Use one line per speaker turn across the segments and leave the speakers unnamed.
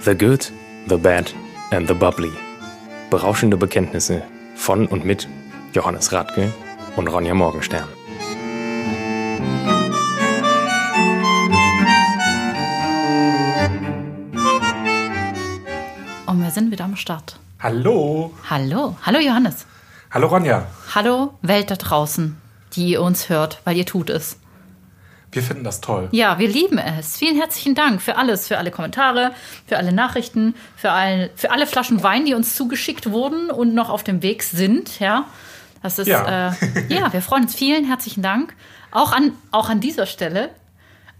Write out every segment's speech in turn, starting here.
The Good, The Bad and The Bubbly. Berauschende Bekenntnisse von und mit Johannes Radke und Ronja Morgenstern.
Und wir sind wieder am Start.
Hallo.
Hallo, hallo Johannes.
Hallo Ronja.
Hallo Welt da draußen, die ihr uns hört, weil ihr tut es.
Wir finden das toll.
Ja, wir lieben es. Vielen herzlichen Dank für alles, für alle Kommentare, für alle Nachrichten, für, all, für alle Flaschen Wein, die uns zugeschickt wurden und noch auf dem Weg sind. Ja, das ist, ja,
Ja.
äh, ja wir freuen uns. Vielen herzlichen Dank. Auch an, auch an dieser Stelle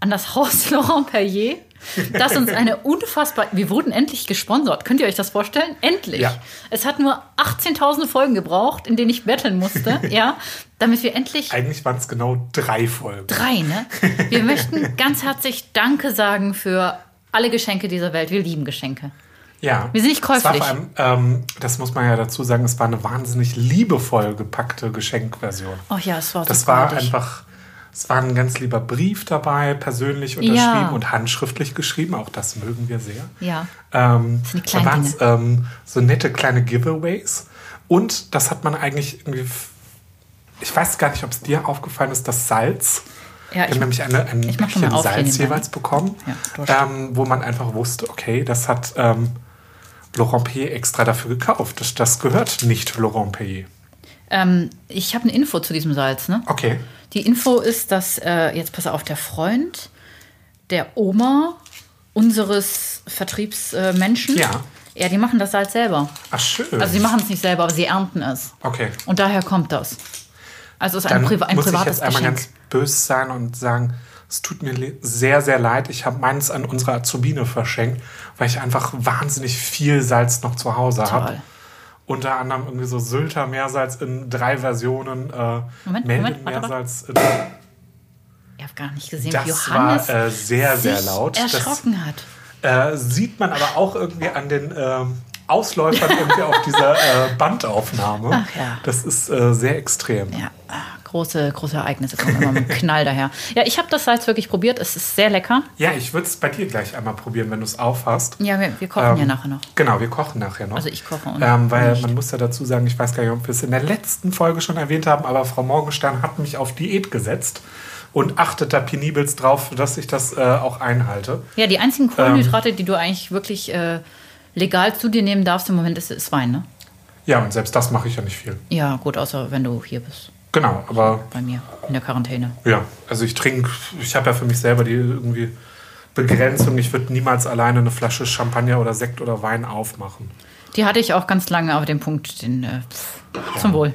an das Haus Laurent Perrier, das uns eine unfassbar. Wir wurden endlich gesponsert. Könnt ihr euch das vorstellen? Endlich.
Ja.
Es hat nur 18.000 Folgen gebraucht, in denen ich betteln musste, ja, damit wir endlich
Eigentlich waren es genau drei Folgen.
drei, ne? Wir möchten ganz herzlich Danke sagen für alle Geschenke dieser Welt. Wir lieben Geschenke.
Ja.
Wir sind nicht
Es war
käuflich.
vor allem, ähm, das muss man ja dazu sagen, es war eine wahnsinnig liebevoll gepackte Geschenkversion.
Oh ja, es war
Das
super
war
goldig.
einfach, es war ein ganz lieber Brief dabei, persönlich unterschrieben
Ja.
und handschriftlich geschrieben. Auch das mögen wir sehr.
Ja.
Ähm,
sind die
da
kleinen
waren es ähm, so nette kleine Giveaways. Und das hat man eigentlich irgendwie. f- Ich weiß gar nicht, ob es dir aufgefallen ist, das Salz.
Ja,
wir
ich-
haben nämlich eine, ein
ich mach schon mal
Päckchen
auf hier
Salz
nebenbei.
jeweils bekommen,
Ja, durch.
ähm, wo man einfach wusste, okay, das hat ähm, Laurent Payet extra dafür gekauft. Das, das gehört nicht Laurent Payet.
Ähm, ich habe eine Info zu diesem Salz, ne?
Okay.
Die Info ist, dass, äh, jetzt pass auf, der Freund der Oma unseres Vertriebsmenschen,
Ja.
ja, die machen das Salz selber.
Ach, schön.
Also sie machen es nicht selber, aber sie ernten es.
okay.
Und daher kommt das. Also es ist ein,
Dann
Priva ein
muss ich
privates
jetzt einmal
Geschenk.
ganz böse sein und sagen, es tut mir le- sehr, sehr leid. Ich habe meins an unsere Azubine verschenkt, weil ich einfach wahnsinnig viel Salz noch zu Hause habe.
Toll.
Unter anderem irgendwie so Sylter Meersalz in drei Versionen, äh,
Moment,
Melden
Moment, warte,
Meersalz. In,
Ich habe gar nicht gesehen, wie
das
Johannes
war äh, sehr, sehr
sich
laut. Das
erschrocken hat.
äh, sieht man aber auch irgendwie an den ähm, Ausläufern irgendwie auf dieser äh, Bandaufnahme.
Ach ja.
Das ist äh, sehr extrem.
Ja, ah, große, große Ereignisse kommen immer mit einem Knall daher. Ja, ich habe das Salz wirklich probiert. Es ist sehr lecker.
Ja, ich würde es bei dir gleich einmal probieren, wenn du es aufhast.
Ja, wir, wir kochen
Ähm,
ja nachher noch.
Genau, wir kochen nachher noch.
Also ich koche und
Ähm, weil
nicht.
man muss ja dazu sagen, ich weiß gar nicht, ob wir es in der letzten Folge schon erwähnt haben, aber Frau Morgenstern hat mich auf Diät gesetzt und achtet da penibelst drauf, dass ich das äh, auch einhalte.
Ja, die einzigen Kohlenhydrate,
Ähm.
die du eigentlich wirklich äh, legal zu dir nehmen darfst im Moment, ist, ist Wein, ne?
Ja, und selbst das mache ich ja nicht viel.
Ja, gut, außer wenn du hier bist,
Genau, aber
bei mir, in der Quarantäne.
ja, also ich trinke, ich habe ja für mich selber die irgendwie Begrenzung. Ich würde niemals alleine eine Flasche Champagner oder Sekt oder Wein aufmachen.
Die hatte ich auch ganz lange, aber den Punkt, den äh, pff, zum Wohl.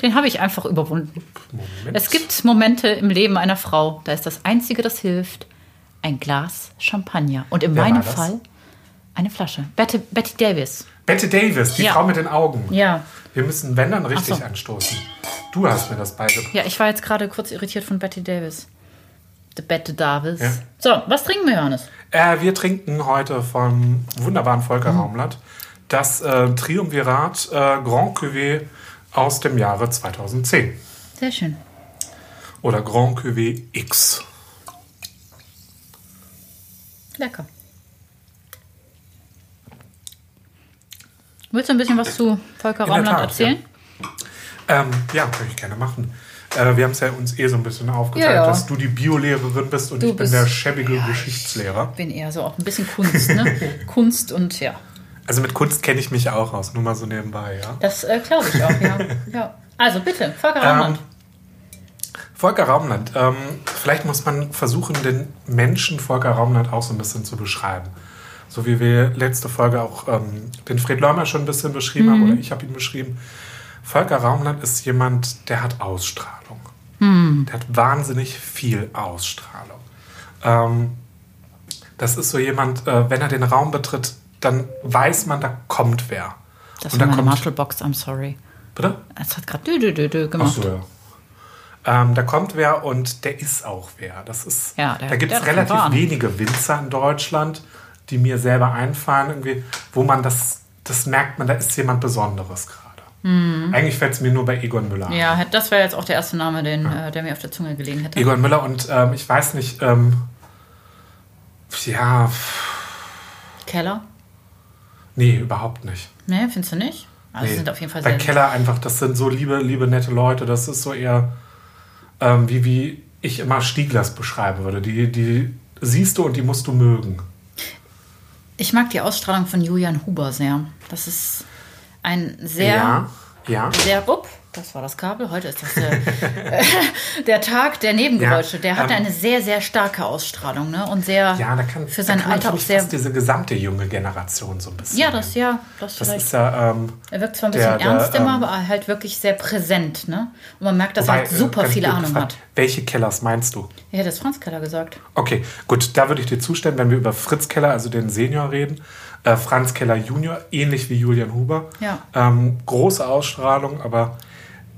Den habe ich einfach überwunden.
Moment.
Es gibt Momente im Leben einer Frau, da ist das Einzige, das hilft, ein Glas Champagner. Und in
Wer war
meinem
das?
Fall eine Flasche. Betty, Betty Davis.
Bette Davis, die
Ja.
Frau mit den Augen.
Ja.
Wir müssen, wenn dann, richtig
Ach so.
anstoßen. Du hast mir das beigebracht.
Ja, ich war jetzt gerade kurz irritiert von Betty Davis. The Betty Davis.
Ja.
So, was trinken wir, Johannes?
Äh, wir trinken heute vom wunderbaren Volker
Hm.
Raumland das äh, Triumvirat äh, Grand Cuvée aus dem Jahre 2010.
Sehr schön.
Oder Grand Cuvée X.
Lecker. Willst du ein bisschen was zu Volker
In der
Raumland
Tat,
erzählen?
Ähm, ja, kann ich gerne machen. Äh, wir haben es ja uns eh so ein bisschen aufgeteilt,
Ja, ja.
dass du die Biolehrerin bist und
Du
ich bin
bist-
der schäbige Geschichtslehrer.
Bin eher so auch ein bisschen Kunst, ne? Kunst und ja.
Also mit Kunst kenne ich mich auch aus, nur mal so nebenbei, ja.
Das äh, glaube ich auch, ja. ja. Also bitte, Volker
Ähm,
Raumland.
Volker Raumland. Ähm, vielleicht muss man versuchen, den Menschen Volker Raumland auch so ein bisschen zu beschreiben. So wie wir letzte Folge auch ähm, den Fred Lörmer schon ein bisschen beschrieben
Mhm.
haben oder ich habe ihn beschrieben. Volker Raumland ist jemand, der hat Ausstrahlung.
Mhm.
Der hat wahnsinnig viel Ausstrahlung. Ähm, das ist so jemand, äh, wenn er den Raum betritt, dann weiß man, da kommt wer.
Das
Und
war
da
meine
kommt-
Marshall-Box, I'm sorry.
Bitte?
Es hat gerade dü, dü, dü, dü
Ach
gemacht.
so, ja. Ähm, da kommt wer und der ist auch wer. Das ist,
Ja, der-
da gibt
der
es
hat schon
relativ
Plan.
wenige Winzer in Deutschland, die mir selber einfallen, irgendwie, wo man das, das merkt man, da ist jemand Besonderes gerade. Eigentlich fällt es mir nur bei Egon Müller. ein.
Hm. Ja, hätt- das wäre jetzt auch der erste Name, den, äh, der mir auf der Zunge gelegen hätte.
Egon Müller und ähm, ich weiß nicht, ähm, ja,
Keller?
Nee, überhaupt nicht.
Nee, findest du nicht? Also
nee.
sind auf jeden Fall
Bei
sehr.
Keller einfach, das sind so liebe, liebe, nette Leute. Das ist so eher, ähm, wie, wie ich immer Stieglers beschreiben würde. Die, die siehst du und die musst du mögen.
Ich mag die Ausstrahlung von Julian Huber sehr. Das ist ein sehr,
Ja.
sehr. Upp, das war das Kabel. Heute ist das der, äh, der Tag der Nebengeräusche.
Ja,
der hat
ähm,
eine sehr, sehr starke Ausstrahlung, ne? Und sehr
Ja, da kann,
für
da
sein
kann
Alter auch
natürlich
sehr.
fast diese gesamte junge Generation so ein bisschen.
Ja, das ja, das,
Das
vielleicht.
ist ja, ähm,
er wirkt zwar ein bisschen
der- der,
ernst immer,
ähm,
aber halt wirklich sehr präsent, ne? Und man merkt, dass er
wobei,
halt super
äh, ganz
viel
blöd
Ahnung
gefragt,
hat.
Welche Kellers meinst du?
Ja, das Franz Keller gesagt.
Okay, gut, da würde ich dir zustimmen, wenn wir über Fritz Keller, also den Senior, reden. Äh, Franz Keller Junior, ähnlich wie Julian Huber.
Ja.
Ähm, große Ausstrahlung, aber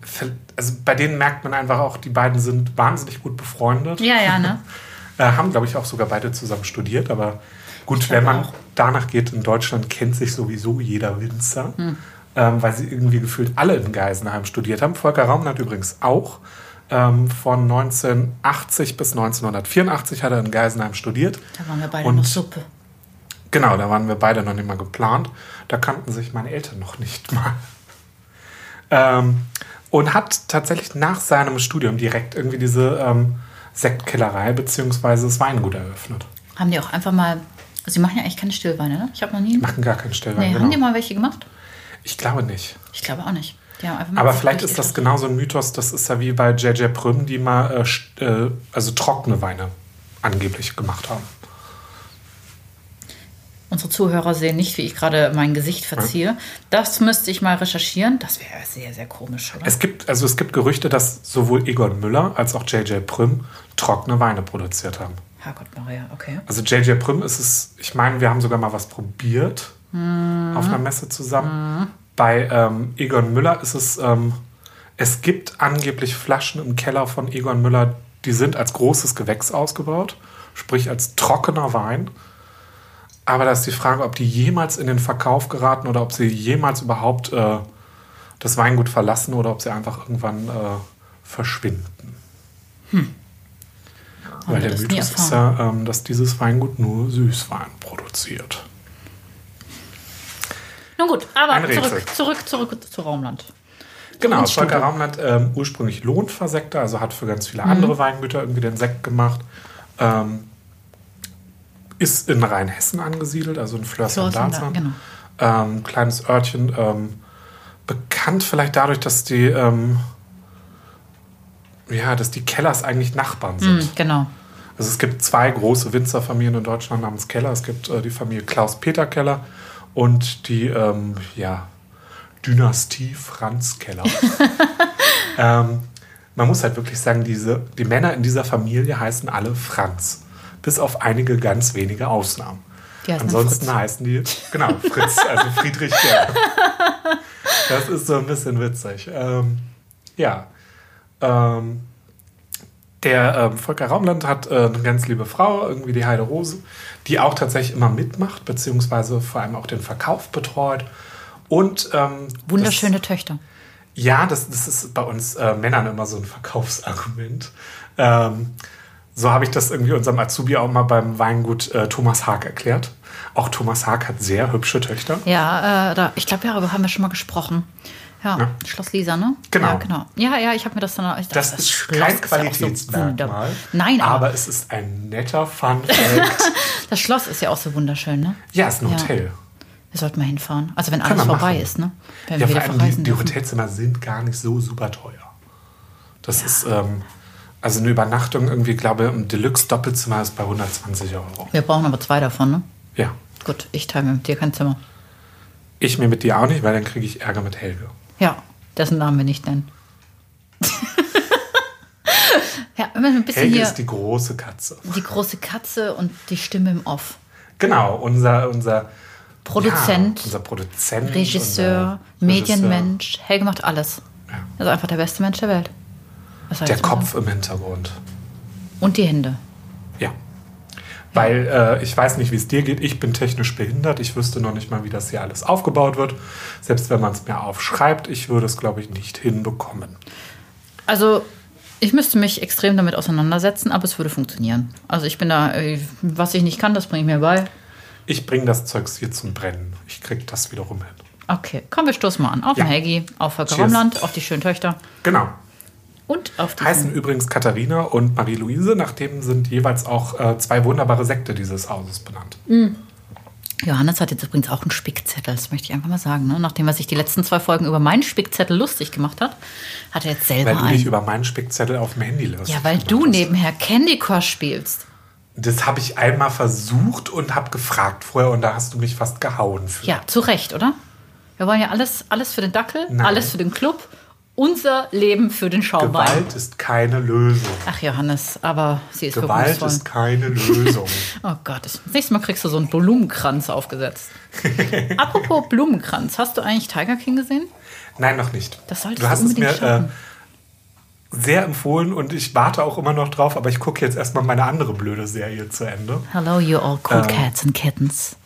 ver- also bei denen merkt man einfach auch, die beiden sind wahnsinnig gut befreundet.
Ja, ja, ne?
Äh, haben, glaube ich, auch sogar beide zusammen studiert, aber gut,
glaube
wenn man
auch.
danach geht, in Deutschland kennt sich sowieso jeder Winzer,
Hm.
ähm, weil sie irgendwie gefühlt alle in Geisenheim studiert haben. Volker Raumland übrigens auch. Ähm, von 1980 bis 1984 hat er in Geisenheim studiert.
Da waren wir beide
Und-
noch Suppe.
Genau, da waren wir beide noch nicht mal geplant. Da kannten sich meine Eltern noch nicht mal. Ähm, und hat tatsächlich nach seinem Studium direkt irgendwie diese ähm, Sektkellerei bzw. das Weingut eröffnet.
Haben die auch einfach mal. Sie machen ja eigentlich keine Stillweine, ne? Ich habe noch nie.
Machen gar keinen
nee,
Stellwein.
haben die
genau.
mal welche gemacht?
Ich glaube nicht.
Ich glaube auch nicht. Die haben einfach mal
Aber
gesagt,
vielleicht
ich-
ist das genau so ein Mythos, das ist ja wie bei JJ Prüm, die mal äh, st- äh, also trockene Weine angeblich gemacht haben.
Unsere Zuhörer sehen nicht, wie ich gerade mein Gesicht verziehe. Das müsste ich mal recherchieren. Das wäre sehr, sehr komisch, oder?
Es gibt, also es gibt Gerüchte, dass sowohl Egon Müller als auch JJ Prüm trockene Weine produziert haben.
Herrgott, Maria, okay.
Also JJ Prim ist es, ich meine, wir haben sogar mal was probiert
Mhm.
auf einer Messe zusammen. Bei ähm, Egon Müller ist es, ähm, es gibt angeblich Flaschen im Keller von Egon Müller, die sind als großes Gewächs ausgebaut, sprich als trockener Wein. Aber da ist die Frage, ob die jemals in den Verkauf geraten oder ob sie jemals überhaupt äh, das Weingut verlassen oder ob sie einfach irgendwann äh, verschwinden.
Hm. wir
Weil der
das nie
Mythos ist ja, ähm, dass dieses Weingut nur Süßwein produziert.
Nun gut, aber
Ein
zurück,
Rätsel.
zurück, zurück zu Raumland.
Genau,
Ins
Volker
Studio.
Raumland ähm, ursprünglich Lohnversekter, also hat für ganz viele andere Weingüter irgendwie den Sekt gemacht. Ähm, ist in Rheinhessen angesiedelt, also in Flörs
So
am
ist dann da,
Dalsheim.
genau.
Ähm, kleines Örtchen, ähm, bekannt vielleicht dadurch, dass die, ähm, ja, dass die Kellers eigentlich Nachbarn sind.
Hm, genau.
Also es gibt zwei große Winzerfamilien in Deutschland namens Keller. Es gibt äh, die Familie Klaus-Peter Keller und die ähm, ja, Dynastie Franz Keller. ähm, man muss halt wirklich sagen, diese, die Männer in dieser Familie heißen alle Franz. Bis auf einige ganz wenige Ausnahmen.
Die heißen
Ansonsten
Fritz.
heißen die, genau, Fritz, also Friedrich Keller. Das ist so ein bisschen witzig. Ähm, ja. Ähm, der ähm, Volker Raumland hat äh, eine ganz liebe Frau, irgendwie die Heide Rose, die auch tatsächlich immer mitmacht, beziehungsweise vor allem auch den Verkauf betreut. Und ähm,
Wunderschöne Töchter.
Das, ja, das, das ist bei uns äh, Männern immer so ein Verkaufsargument. Ähm, so habe ich das irgendwie unserem Azubi auch mal beim Weingut äh, Thomas Haag erklärt. Auch Thomas Haag hat sehr hübsche Töchter.
Ja, äh, da, ich glaube, darüber haben wir schon mal gesprochen. Ja,
Ja.
Schloss Lisa, ne?
Genau.
Ja, genau. ja, ja ich habe mir das dann. Ich dachte,
Das, ist
Schloss
kein
ja auch so
Qualitätsmerkmal.
wunderbar. Nein, aber,
aber es ist ein netter Fun Fact.
das Schloss ist ja auch so wunderschön, ne?
ja, es ist ein
Ja.
Hotel.
Wir sollten mal hinfahren. Also, wenn
Kann
alles
man
vorbei
machen.
ist, ne? Wenn
Ja,
wir
vor
wieder
allem die,
verreisen
die
dürfen.
Hotelzimmer sind gar nicht so super teuer. Das ist ähm, also eine Übernachtung irgendwie, glaube ich, im Deluxe Doppelzimmer ist bei 120 Euro.
Wir brauchen aber zwei davon, ne?
Ja,
Gut, ich teile mir mit dir kein Zimmer.
ich mir mit dir auch nicht, weil dann kriege ich Ärger mit Helge.
Ja, dessen Namen wir nicht nennen. ja, immer ein bisschen
Helge
hier
ist die große Katze.
die große Katze und die Stimme im Off.
Genau, unser unser
Produzent,
ja, unser Produzent,
Regisseur,
unser
Medienmensch. Helge macht alles.
Ja.
Er ist einfach der beste Mensch der Welt. Was soll
Der
ich dazu
Kopf im Hintergrund.
sagen? Und die Hände.
Ja. Weil äh, ich weiß nicht, wie es dir geht. Ich bin technisch behindert. Ich wüsste noch nicht mal, wie das hier alles aufgebaut wird. Selbst wenn man es mir aufschreibt, ich würde es, glaube ich, nicht hinbekommen.
Also, ich müsste mich extrem damit auseinandersetzen, aber es würde funktionieren. Also, ich bin da, äh, was ich nicht kann, das bringe ich mir bei.
Ich bringe das Zeugs hier zum Brennen. Ich krieg das wiederum hin.
Okay, komm, wir stoßen mal an. Auf
Ja.
den Helgi, auf Volker
Cheers.
Raumland, auf die schönen Töchter
Genau.
und auf die.
Heißen übrigens Katharina und Marie-Louise. Nach dem sind jeweils auch äh, zwei wunderbare Sekte dieses Hauses benannt.
Mhm. Johannes hat jetzt übrigens auch einen Spickzettel, das möchte ich einfach mal sagen. Ne? Nachdem er sich die letzten zwei Folgen über meinen Spickzettel lustig gemacht hat, hat er jetzt selber
Weil du dich
einen.
über meinen Spickzettel auf dem Handy lässt.
Ja, weil du nebenher Candy Crush spielst.
Das habe ich einmal versucht und habe gefragt vorher und da hast du mich fast gehauen. Für.
Ja, zu Recht, oder? Wir wollen ja alles, alles für den Dackel,
Nein.
alles für den Club, unser Leben für den Schaumwein.
Gewalt ist keine Lösung.
Ach, Johannes, aber sie ist
Gewalt
wirkungsvoll.
ist keine Lösung.
Oh Gott, das nächste Mal kriegst du so einen Blumenkranz aufgesetzt. Apropos Blumenkranz, hast du eigentlich Tiger King gesehen?
Nein, noch nicht.
Das solltest
du hast
du
es mir
unbedingt
äh,
schaffen.
sehr empfohlen und ich warte auch immer noch drauf, aber ich gucke jetzt erstmal meine andere blöde Serie zu Ende.
Hello, you all cool
Ähm.
cats and kittens.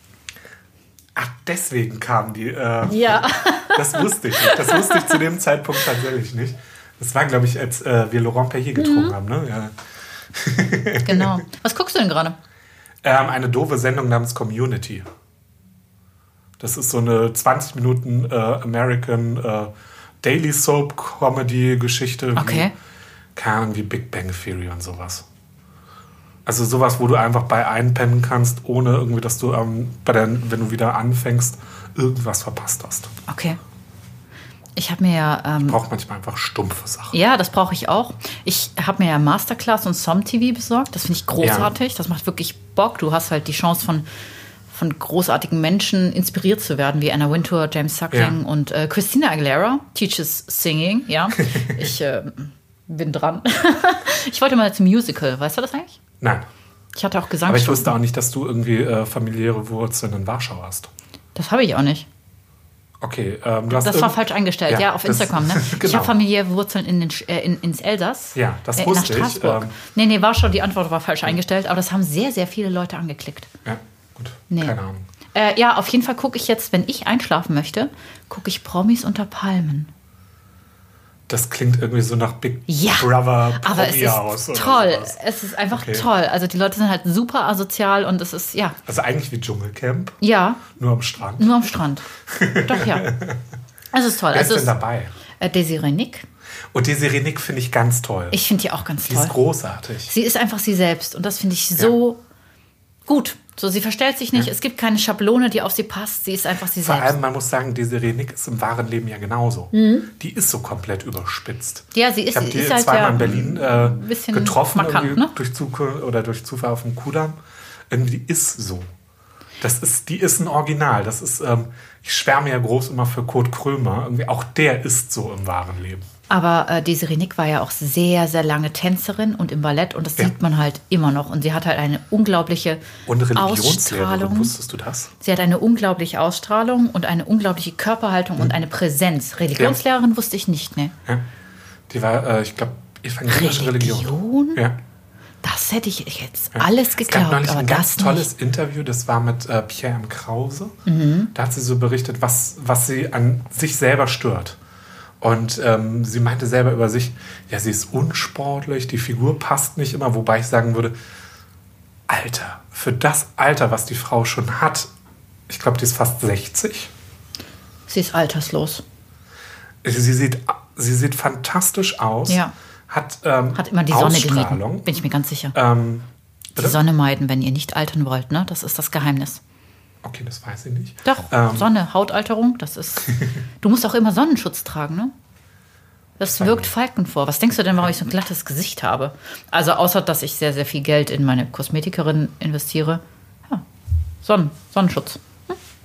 Ach, deswegen kam die. Äh,
Ja.
Das wusste ich nicht. Das wusste ich zu dem Zeitpunkt tatsächlich nicht. Das war, glaube ich, als äh, wir Laurent Perrier getrunken
Mhm.
haben. Ne? Ja.
Genau. Was guckst du denn gerade?
Ähm, eine doofe Sendung namens Community. Das ist so eine 20 Minuten äh, American äh, Daily Soap Comedy Geschichte. wie-
Okay.
Keine Ahnung, wie Big Bang Theory und sowas. Also sowas, wo du einfach bei einpennen kannst, ohne irgendwie, dass du, ähm, bei der, wenn du wieder anfängst, irgendwas verpasst hast.
Okay. Ich habe mir ja. Ähm,
Braucht manchmal einfach stumpfe Sachen.
ja, das brauche ich auch. Ich habe mir ja Masterclass und SomTV besorgt. Das finde ich großartig. Das macht wirklich Bock. Du hast halt die Chance von, von großartigen Menschen inspiriert zu werden, wie Anna Wintour, James Suckling
Ja.
und äh, Christina Aguilera teaches Singing. Ja, ich äh, bin dran. ich wollte mal zum Musical. Weißt du das eigentlich?
Nein.
Ich hatte auch Gesang.
Aber ich wusste auch nicht, dass du irgendwie äh, familiäre Wurzeln in Warschau hast.
Das habe ich auch nicht.
Okay, ähm, du hast
Das war
irgend-
falsch eingestellt, ja, auf
das-
Instagram. Ne? Ich
genau.
habe familiäre Wurzeln in den, Sch- äh, in, ins Elsass.
Ja, das
äh,
wusste ich,
nach Straßburg.
ähm.
nee, nee, war schon, die Antwort war falsch eingestellt, aber das haben sehr, sehr viele Leute angeklickt.
Ja, gut.
Nee.
Keine Ahnung.
Äh, ja, auf jeden Fall gucke ich jetzt, wenn ich einschlafen möchte, gucke ich Promis unter Palmen.
Das klingt irgendwie so nach Big
Ja,
Brother
aber es
Promi House
ist
oder
toll.
sowas.
Es ist einfach
Okay.
toll. Also die Leute sind halt super asozial und es ist, ja,
Also eigentlich wie Dschungelcamp,
ja,
nur am Strand.
nur am Strand. Doch, ja. Es ist toll. Also
Wer ist
es
denn
ist,
dabei?
äh, Desiree Nick,
Und die Serenick finde ich ganz toll.
ich finde die auch ganz
die
toll.
ist großartig.
Sie ist einfach sie selbst und das finde ich so gut. So, sie verstellt sich nicht, es gibt keine Schablone, die auf sie passt. Sie ist einfach sie
Vor
selbst.
allem, man muss sagen, die Serenick ist im wahren Leben ja genauso. Die ist so komplett überspitzt.
Mhm. Ja, sie ist-
Ich habe die
ist halt
zweimal
ja
in Berlin äh,
bisschen
getroffen,
markant,
irgendwie
ne?
durch, Zufall, oder durch Zufall auf dem Kudamm. Irgendwie die ist so. Das ist, die ist ein Original. Das ist, ähm, ich schwärme ja groß immer für Kurt Krömer. Irgendwie auch der ist so im wahren Leben.
Aber äh, Desiree Nick war ja auch sehr, sehr lange Tänzerin und im Ballett und das
Ja.
sieht man halt immer noch. Und sie hat halt eine unglaubliche
Und Religionslehrerin,
Ausstrahlung.
wusstest du das?
Sie hat eine unglaubliche Ausstrahlung und eine unglaubliche Körperhaltung und eine Präsenz. Religionslehrerin wusste ich nicht, ne?
Hm. Ja. Die war, äh, ich glaube, evangelische Religion.
Religion?
Ja.
Das hätte ich jetzt alles
Es gab
geglaubt,
neulich
aber
ein
das
ganz
nicht. Mhm.
tolles Interview, das war mit äh, Pierre M. Krause. Da hat sie so berichtet, was, was sie an sich selber stört. Und ähm, sie meinte selber über sich, ja, sie ist unsportlich, die Figur passt nicht immer, wobei ich sagen würde, Alter, für das Alter, was die Frau schon hat, ich glaube, die ist fast 60.
Sie ist alterslos.
Sie sieht, sie sieht fantastisch aus.
Ja.
Hat, ähm,
Hat immer die Sonne
Ausstrahlung.
gemieden, bin ich mir ganz sicher.
Ähm,
Die
bitte?
Sonne meiden, wenn ihr nicht altern wollt, ne? Das ist das Geheimnis.
okay, das weiß ich nicht.
Doch,
Ähm,
Sonne, Hautalterung, das ist. Du musst auch immer Sonnenschutz tragen, ne? Das wirkt Falken vor. Was denkst du denn, warum ich so ein glattes Gesicht habe? Also, außer dass ich sehr, sehr viel Geld in meine Kosmetikerin investiere. Ja. Sonnen, Sonnenschutz.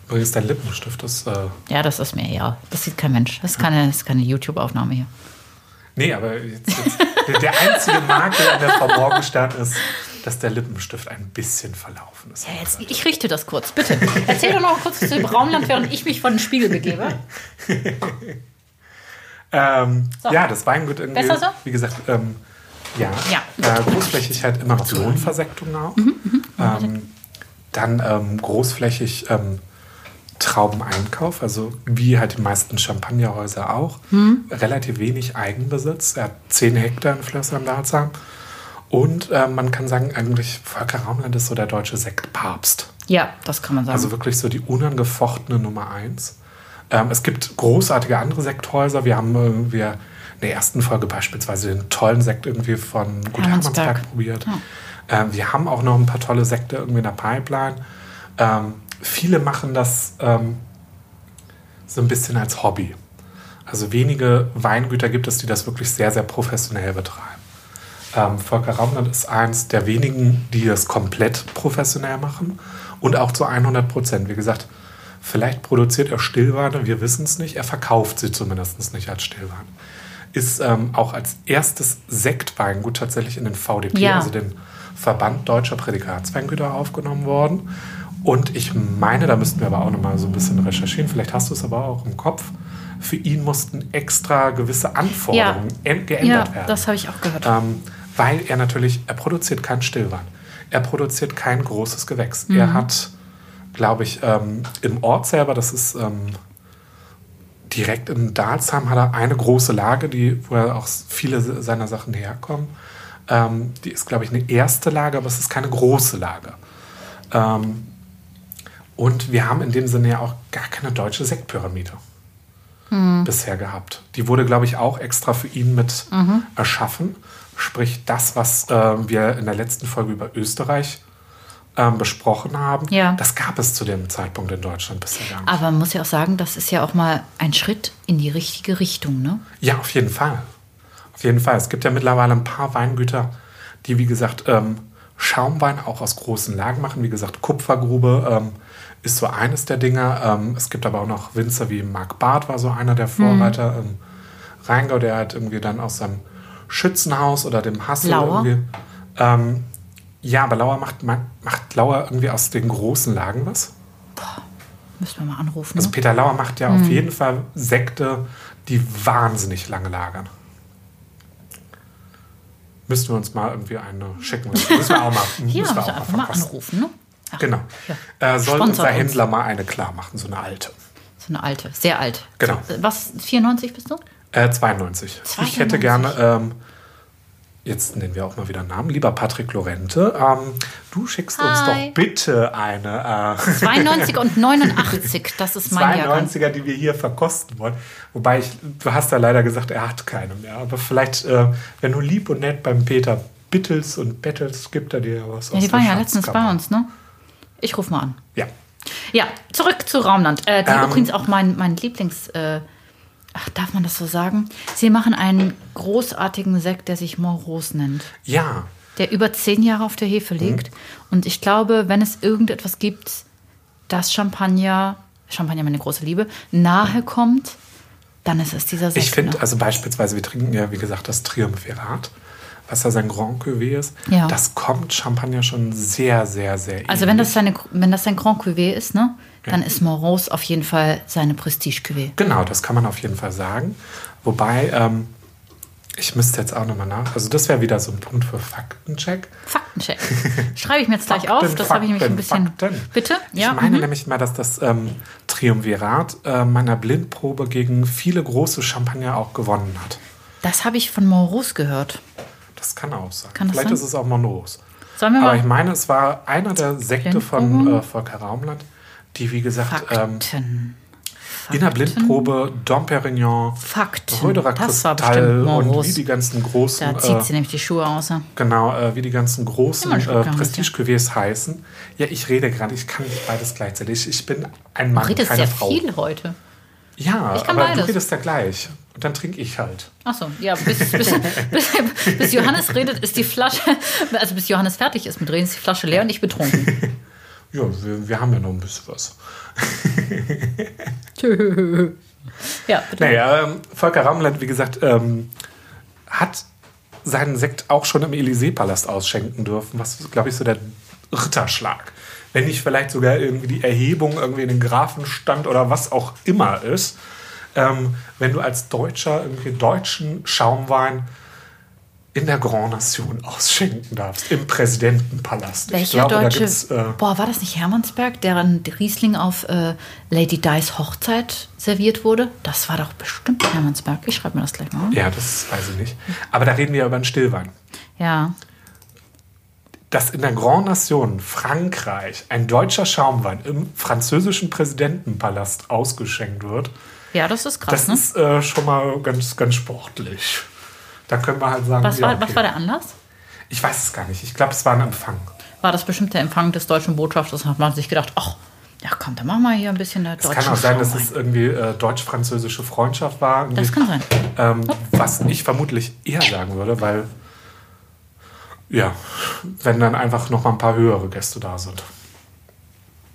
Übrigens, dein Lippenstift ist. Äh,
Ja, das ist mir egal. Das sieht kein Mensch. Das ist keine, das ist keine YouTube-Aufnahme hier.
nee, aber jetzt, jetzt, der- der einzige Makel an der Frau Morgenstern ist, dass der Lippenstift ein bisschen verlaufen ist.
Ja, jetzt, ich richte das kurz, bitte. Erzähl doch noch kurz zu dem Raumland, während ich mich vor den Spiegel begebe.
Ähm,
So.
Ja, das Weingut irgendwie.
Besser so?
Wie gesagt, ähm, ja.
Ja. Mhm,
Äh, großflächig halt immer noch Lohnversektung auch. ähm, dann ähm, großflächig ähm, Traubeneinkauf, also wie halt die meisten Champagnerhäuser auch.
Mhm.
Relativ wenig Eigenbesitz. Er hat 10 Hektar in Flörs am ähm, Dalsheim. Und äh, man kann sagen, eigentlich Volker Raumland ist so der deutsche Sektpapst.
Ja, das kann man sagen.
Also wirklich so die unangefochtene Nummer eins. Ähm, es gibt großartige andere Sekthäuser. Wir haben äh, wir in der ersten Folge beispielsweise den tollen Sekt irgendwie von Gut
Hermannsberg.
Hermannsberg probiert. Ähm, wir haben auch noch ein paar tolle Sekte irgendwie in der Pipeline. Ähm, viele machen das ähm, so ein bisschen als Hobby. Also wenige Weingüter gibt es, die das wirklich sehr, sehr professionell betreiben. Ähm, Volker Raumland ist eins der wenigen, die das komplett professionell machen und auch zu 100 Prozent. Wie gesagt, vielleicht produziert er Stillweine, wir wissen es nicht. Er verkauft sie zumindest nicht als Stillwein. Ist ähm, auch als erstes Sektweingut tatsächlich in den VDP,
Ja.
also den Verband Deutscher Prädikatsweingüter, aufgenommen worden. Und ich meine, da müssten wir aber auch nochmal so ein bisschen recherchieren. Vielleicht hast du es aber auch im Kopf. Für ihn mussten extra gewisse Anforderungen en-
Ja,
geändert werden.
das habe ich auch gehört.
Ähm, weil er natürlich, er produziert keinen Stillwein. Er produziert kein großes Gewächs.
Mhm.
Er hat, glaube ich, ähm, im Ort selber, das ist ähm, direkt in Dalsham, hat er eine große Lage, die, wo er auch s- viele se- seiner Sachen herkommen. Ähm, die ist, glaube ich, eine erste Lage, aber es ist keine große Lage. Ähm, und wir haben in dem Sinne ja auch gar keine deutsche Sektpyramide
Hm.
bisher gehabt. Die wurde, glaube ich, auch extra für ihn mit
Mhm.
erschaffen. Sprich, das, was ähm, wir in der letzten Folge über Österreich ähm, besprochen haben,
Ja.
das gab es zu dem Zeitpunkt in Deutschland bisher gar nicht.
Aber man muss ja auch sagen, das ist ja auch mal ein Schritt in die richtige Richtung, ne?
Ja, auf jeden Fall. Auf jeden Fall. Es gibt ja mittlerweile ein paar Weingüter, die, wie gesagt, ähm, Schaumwein auch aus großen Lagen machen. Wie gesagt, Kupfergrube ähm, ist so eines der Dinge. Ähm, es gibt aber auch noch Winzer wie Marc Barth war so einer der Vorreiter im Rheingau, der halt irgendwie dann aus seinem Schützenhaus oder dem Hassel
Lauer?
irgendwie. Ähm, ja, aber Lauer macht, macht Lauer irgendwie aus den großen Lagen was.
Müssen wir mal anrufen.
Also
ne?
Peter Lauer macht ja auf jeden Fall Sekte, die wahnsinnig lange lagern. Müssten wir uns mal irgendwie eine schicken lassen. Müssen wir auch mal,
Ja,
müssen
müssen
wir
wir
auch
einfach
mal
mal
verkosten.
anrufen, ne? Ach,
Genau. Äh, soll
Sponsort
unser
uns.
Händler mal eine klar machen, so eine alte.
So eine alte, sehr alt. äh,
Genau.
Was, 94 bist du?
Äh, 92. Ich hätte
92.
gerne, ähm, jetzt nennen wir auch mal wieder einen Namen, lieber Patrick Lorente, ähm, du schickst uns
Hi.
doch bitte eine äh,
92 und 89, das ist mein Jahrgang.
92er, die wir hier verkosten wollen. Wobei ich, du hast ja leider gesagt, er hat keine mehr. Aber vielleicht, äh, wenn du lieb und nett beim Peter bittelst und bettelst, gibt er dir ja was
Ja,
aus
die
der
waren ja letztens bei
Schatzkammer.
uns, ne? Ich rufe mal an.
Ja.
Ja, zurück zu Raumland. Äh, die
Ähm.
übrigens auch mein, mein Lieblings. Äh, ach, darf man das so sagen? Sie machen einen großartigen Sekt, der sich Moros nennt.
Ja.
der über zehn Jahre auf der Hefe
Mhm.
liegt. Und ich glaube, wenn es irgendetwas gibt, das Champagner, Champagner meine große Liebe, nahe kommt, dann ist es dieser Sekt.
Mhm. Ich finde,
ne?
also beispielsweise, wir trinken ja, wie gesagt, das Triumvirat, was ja sein Grand Cuvée ist.
Ja.
Das kommt Champagner schon sehr, sehr, sehr
also wenn das,
ähnlich.
seine, wenn das sein Grand Cuvée ist, ne, dann ist Moros auf jeden Fall seine Prestige Cuvée.
Genau, das kann man auf jeden Fall sagen. Wobei, ähm, ich müsste jetzt auch nochmal nach. Also, das wäre wieder so ein Punkt für Faktencheck.
Faktencheck. Schreibe ich mir jetzt gleich auf.
Fakten,
Das habe ich nämlich ein
Fakten,
bisschen.
Fakten.
Bitte?
Ich
ja.
meine
mhm.
nämlich mal, dass das ähm, Triumvirat äh, meiner Blindprobe gegen viele große Champagner auch gewonnen hat.
Das habe ich von Moros gehört.
Das kann auch sein.
Kann das
Vielleicht
sein?
ist es auch Monros.
Sollen wir
Aber
mal-
ich meine, es war einer der Sekte von
Blindprobe?
äh, Volker Raumland, die, wie gesagt, ähm,
Fakten.
in der Blindprobe Dom Perignon,
Fakten.
Röderer
Das war
Kristall
bestimmt
und wie
Moros.
die ganzen großen
Da zieht
äh,
sie nämlich die Schuhe aus. Ne?
Genau, äh, wie die ganzen großen
Immer ein Schluck
äh,
haben wir es, ja.
Prestige-Cuvées heißen. Ja, ich rede gerade, ich kann nicht beides gleichzeitig. Ich bin ein Mann,
Du redest
keine
sehr
Frau.
viel heute.
Ja,
Ich kann
aber du
beides.
redest ja gleich. Und dann trinke ich halt.
Achso, ja, bis, bis, bis, bis Johannes redet, ist die Flasche, also bis Johannes fertig ist mit Reden, ist die Flasche leer und ich betrunken.
Ja, wir, wir haben ja noch ein bisschen was.
Tschö. ja, bitte.
Naja, ähm, Volker Rameland, wie gesagt, ähm, hat seinen Sekt auch schon im Élysée-Palast ausschenken dürfen. Was, glaube ich, so der Ritterschlag. Wenn nicht vielleicht sogar irgendwie die Erhebung irgendwie in den Grafenstand oder was auch immer ist. Ähm, wenn du als Deutscher irgendwie deutschen Schaumwein in der Grand Nation ausschenken darfst, im Präsidentenpalast.
Welcher deutsche,
gibt's, äh,
boah, war das nicht Hermannsberg, deren Riesling auf äh, Lady Dice Hochzeit serviert wurde? Das war doch bestimmt Hermannsberg. Ich schreibe mir das gleich mal. auf.
ja, das weiß ich nicht. Aber da reden wir ja über einen Stillwein.
Ja,
dass in der Grand Nation Frankreich ein deutscher Schaumwein im französischen Präsidentenpalast ausgeschenkt wird.
Ja, das ist krass,
Das
ne?
ist äh, schon mal ganz, ganz sportlich. Da können wir halt sagen,
was,
ja,
war,
okay.
was war der Anlass?
Ich weiß es gar nicht. Ich glaube, es war ein Empfang.
War das bestimmt der Empfang des deutschen Botschafters? Hat man sich gedacht, ach, ja komm, dann machen wir hier ein bisschen der
Es
deutsche
kann auch sein, dass
Schaumwein.
es irgendwie äh, deutsch-französische Freundschaft war. Irgendwie,
Das kann sein.
Ähm, was ich vermutlich eher sagen würde, weil, ja, wenn dann einfach noch mal ein paar höhere Gäste da sind.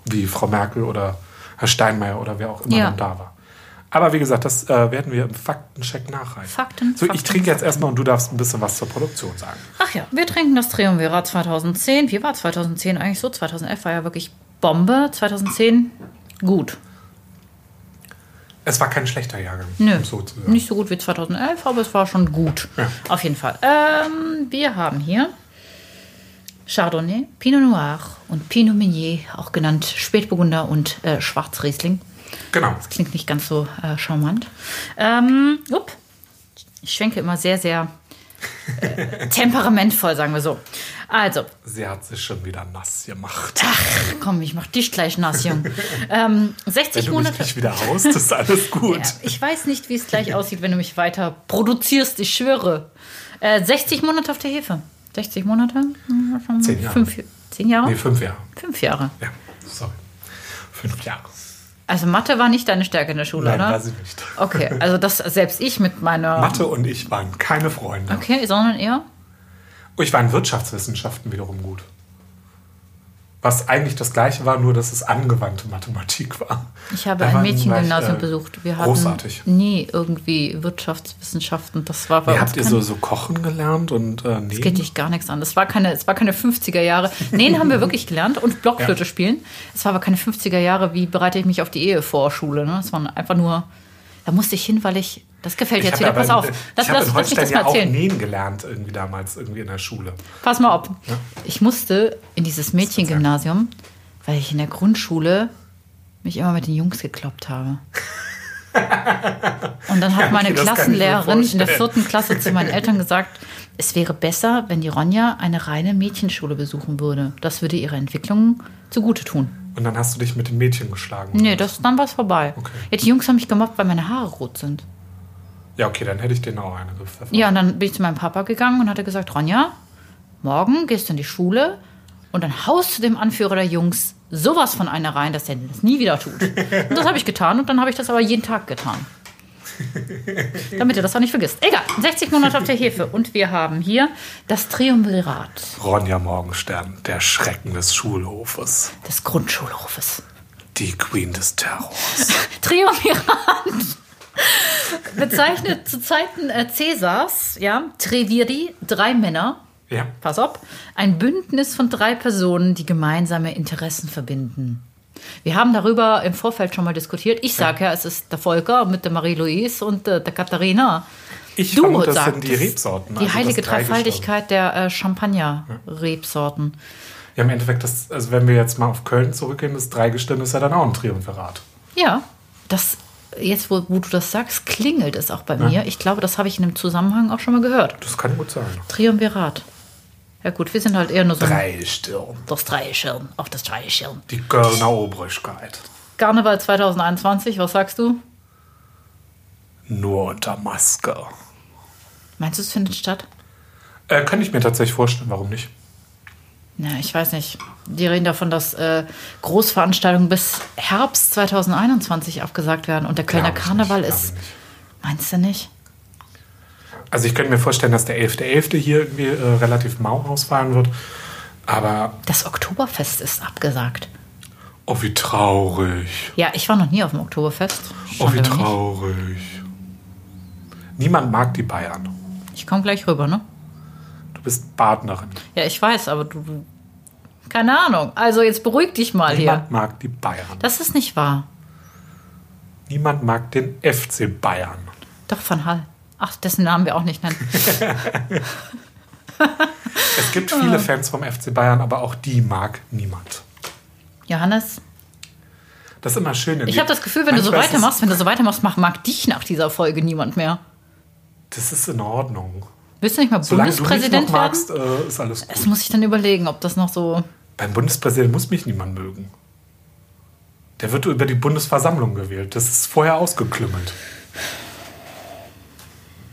Wie Frau Merkel oder Herr Steinmeier oder wer auch immer
Ja.
dann da war. Aber wie gesagt, das äh, werden wir im Faktencheck nachreichen.
Fakten,
so, ich
Fakten,
trinke jetzt erstmal und du darfst ein bisschen was zur Produktion sagen.
Ach ja, wir trinken das Triumvirat 2010. Wie war 2010 eigentlich so? 2011 war ja wirklich Bombe. 2010 gut.
Es war kein schlechter Jahrgang,
Nö,
um so zu sagen.
nicht so gut wie 2011, aber es war schon gut. Auf jeden Fall. Ähm, wir haben hier Chardonnay, Pinot Noir und Pinot Meunier, auch genannt Spätburgunder und äh, Schwarzriesling.
Genau.
Klingt nicht ganz so äh, charmant. Ähm, up. Ich schwenke immer sehr, sehr äh, temperamentvoll, sagen wir so. Also,
Sie hat sich schon wieder nass gemacht.
Komm, ich mach dich gleich nass, Jung. ähm,
Wenn
60
du mich
Monate.
nicht wieder haust, ist alles gut.
Ja, ich weiß nicht, wie es gleich aussieht, wenn du mich weiter produzierst, ich schwöre. Äh, 60 Monate auf der Hefe. 60 Monate? Hm, schon
Zehn Jahre.
Fünf, zehn Jahre?
Nee, fünf Jahre.
Fünf Jahre.
Ja, sorry. Fünf Jahre.
Also Mathe war nicht deine Stärke in der Schule,
Nein,
oder?
war sie nicht.
Okay, also das selbst ich mit meiner.
Mathe und ich waren keine Freunde.
Okay, sondern eher?
Ich war in Wirtschaftswissenschaften wiederum gut. Was eigentlich das gleiche war, nur dass es angewandte Mathematik war.
Ich habe
Da
ein
waren- war ich,
Mädchengymnasium
äh,
besucht. Wir hatten
großartig.
nie irgendwie Wirtschaftswissenschaften. Das war bei
Wie
uns
habt ihr
kein-
so, so kochen gelernt und äh,
Das geht
nähen?
dich gar nichts an. Das war keine, es war keine 50er Jahre. Nähen haben wir wirklich gelernt und Blockflöte
Ja.
spielen. Es war aber keine 50er Jahre, wie bereite ich mich auf die Ehe vor Schule. Ne? Das waren einfach nur, da musste ich hin, weil ich, das gefällt
Ich
jetzt
hab
wieder.
aber-
Pass auf, lass, lass,
ich habe in
lass mich
Holstein
das mal
ja auch
erzählen.
nähen gelernt, irgendwie damals, irgendwie in der Schule.
Pass mal auf. Ich musste in dieses Mädchengymnasium, weil ich in der Grundschule mich immer mit den Jungs gekloppt habe. Und dann hat
okay,
meine
das kann ich mir
Klassenlehrerin in der
vorstellen.
vierten Klasse zu meinen Eltern gesagt, es wäre besser, wenn die Ronja eine reine Mädchenschule besuchen würde. Das würde ihrer Entwicklung zugute tun.
Und dann hast du dich mit dem Mädchen geschlagen.
Nee, das, dann war es vorbei.
Okay.
Ja, die Jungs haben mich gemobbt, weil meine Haare rot sind.
Ja, okay, dann hätte ich denen auch eine gepfeffert.
Ja, und dann bin ich zu meinem Papa gegangen und hat er gesagt, Ronja, morgen gehst du in die Schule und dann haust du dem Anführer der Jungs sowas von einer rein, dass er das nie wieder tut. Und das habe ich getan und dann habe ich das aber jeden Tag getan. Damit ihr das auch nicht vergisst. Egal, 60 Monate auf der Hefe. Und wir haben hier das Triumvirat
Ronja Morgenstern, der Schrecken des Schulhofes.
des Grundschulhofes.
Die Queen des Terrors.
Triumvirat. Bezeichnet zu Zeiten äh, Cäsars, ja, Treviri, drei Männer,
Ja.
pass auf, ein Bündnis von drei Personen, die gemeinsame Interessen verbinden. Wir haben darüber im Vorfeld schon mal diskutiert. Ich sage ja, es ist der Volker mit der Marie-Louise und äh, der Katharina.
Ich vermute, das
sagtest,
sind die Rebsorten.
Die
also das
heilige
Dreigestirn.
Dreifaltigkeit der äh, Champagner-Rebsorten.
Ja, im Endeffekt, das, also wenn wir jetzt mal auf Köln zurückgehen, das Dreigestirn ist ja dann auch ein Triumvirat.
Ja, das jetzt, wo, wo du das sagst, klingelt es auch bei mir. Ich glaube, das habe ich in einem Zusammenhang auch schon mal gehört.
Das kann gut sein.
Triumvirat. Ja gut, wir sind halt eher nur so ein-
Dreigestirn.
das Dreischirm, auch das Dreischirm.
Die Kölner Obrigkeit.
Karneval 2021, was sagst du?
Nur unter Maske.
Meinst du, es findet statt?
Äh, kann ich mir tatsächlich vorstellen, warum nicht?
Na, ich weiß nicht. Die reden davon, dass äh, Großveranstaltungen bis Herbst 2021 abgesagt werden und der Kölner
Glaub ich
Karneval
nicht, glaub ich
ist.
nicht.
Meinst du nicht?
Also ich könnte mir vorstellen, dass der 11.11. hier irgendwie äh, relativ mau ausfallen wird. Aber,
Das Oktoberfest ist abgesagt.
oh wie traurig.
Ja, ich war noch nie auf dem Oktoberfest.
Oh, wie
Schande, wenn nicht.
traurig. Niemand mag die Bayern.
Ich komme gleich rüber, ne?
Du bist Partnerin.
Ja, ich weiß, aber du- du. Keine Ahnung. Also jetzt beruhig dich mal hier.
Niemand mag die Bayern.
Das ist nicht wahr.
Niemand mag den FC Bayern.
Doch, Van Hall. Ach, dessen Namen wir auch nicht nennen.
Es gibt
Ah.
viele Fans vom FC Bayern, aber auch die mag niemand.
Johannes,
Das ist immer schön. in
ich
die-
habe das Gefühl, wenn du so
Manchmal ist es-
weitermachst, wenn du so weitermachst, mag, mag dich nach dieser Folge niemand mehr.
Das ist in Ordnung.
Willst du nicht mal
Solange du mich noch
Bundespräsident werden?
magst, äh, ist alles
Das
gut.
muss ich dann überlegen, ob das noch so.
Beim Bundespräsidenten muss mich niemand mögen. Der wird über die Bundesversammlung gewählt. Das ist vorher ausgeklümmelt.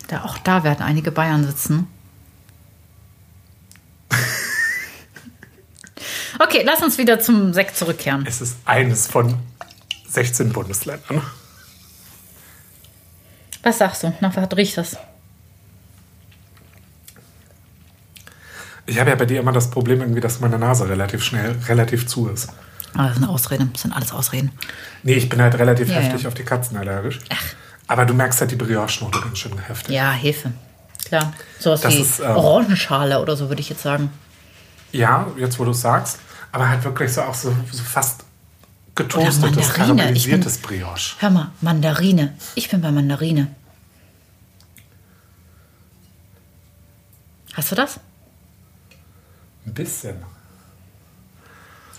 Da, auch da werden einige Bayern sitzen. Okay, lass uns wieder zum Sekt zurückkehren.
Es ist eines von 16 Bundesländern.
Was sagst du? Nach was riecht das?
Ich habe ja bei dir immer das Problem, irgendwie, dass meine Nase relativ schnell, relativ zu ist.
Ah, das sind Ausreden. Das sind alles Ausreden.
Nee, ich bin halt relativ
Ja,
heftig
ja.
auf die Katzen allergisch. Aber du merkst halt die Brioche-Note ganz schön heftig.
Ja, Hefe. Klar. Sowas
Das
wie
ist, ähm,
Orangenschale oder so würde ich jetzt sagen.
Ja, jetzt wo du es sagst, aber halt wirklich so auch so, so fast
Oder
getoastetes,
Mandarine.
karamellisiertes Brioche.
Hör mal, Mandarine. Ich bin bei Mandarine. Hast du das?
Ein bisschen.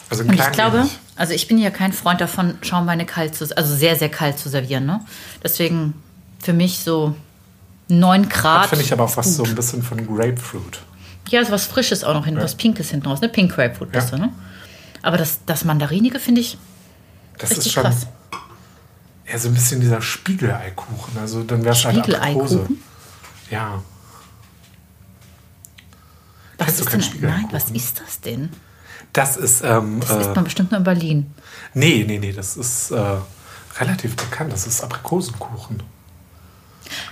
Also ein
Und
klein
ich glaube,
wenig.
also ich bin ja kein Freund davon, Schaumweine kalt zu, also sehr, sehr kalt zu servieren. Ne? Deswegen für mich so 9
Das
Grad.
finde ich aber auch was so ein bisschen von Grapefruit.
Ja, so was Frisches auch noch hin, was Pinkes hinten raus, ne? Pink Grapefruit bist
Ja.
du, ne? Aber das, das Mandarinige finde ich
Das
richtig
ist schon
krass.
ja, so ein bisschen dieser Spiegeleikuchen. Also dann wäre es halt
Spiegeleikuchen?
Aprikose. Ja.
Was
Kennst du
ist
keinen
denn?
Spiegelkuchen?
Nein, was ist das denn?
Das ist, ähm,
Das isst
äh,
man bestimmt nur in Berlin.
nee, nee, nee, das ist äh, relativ bekannt. Das ist Aprikosenkuchen.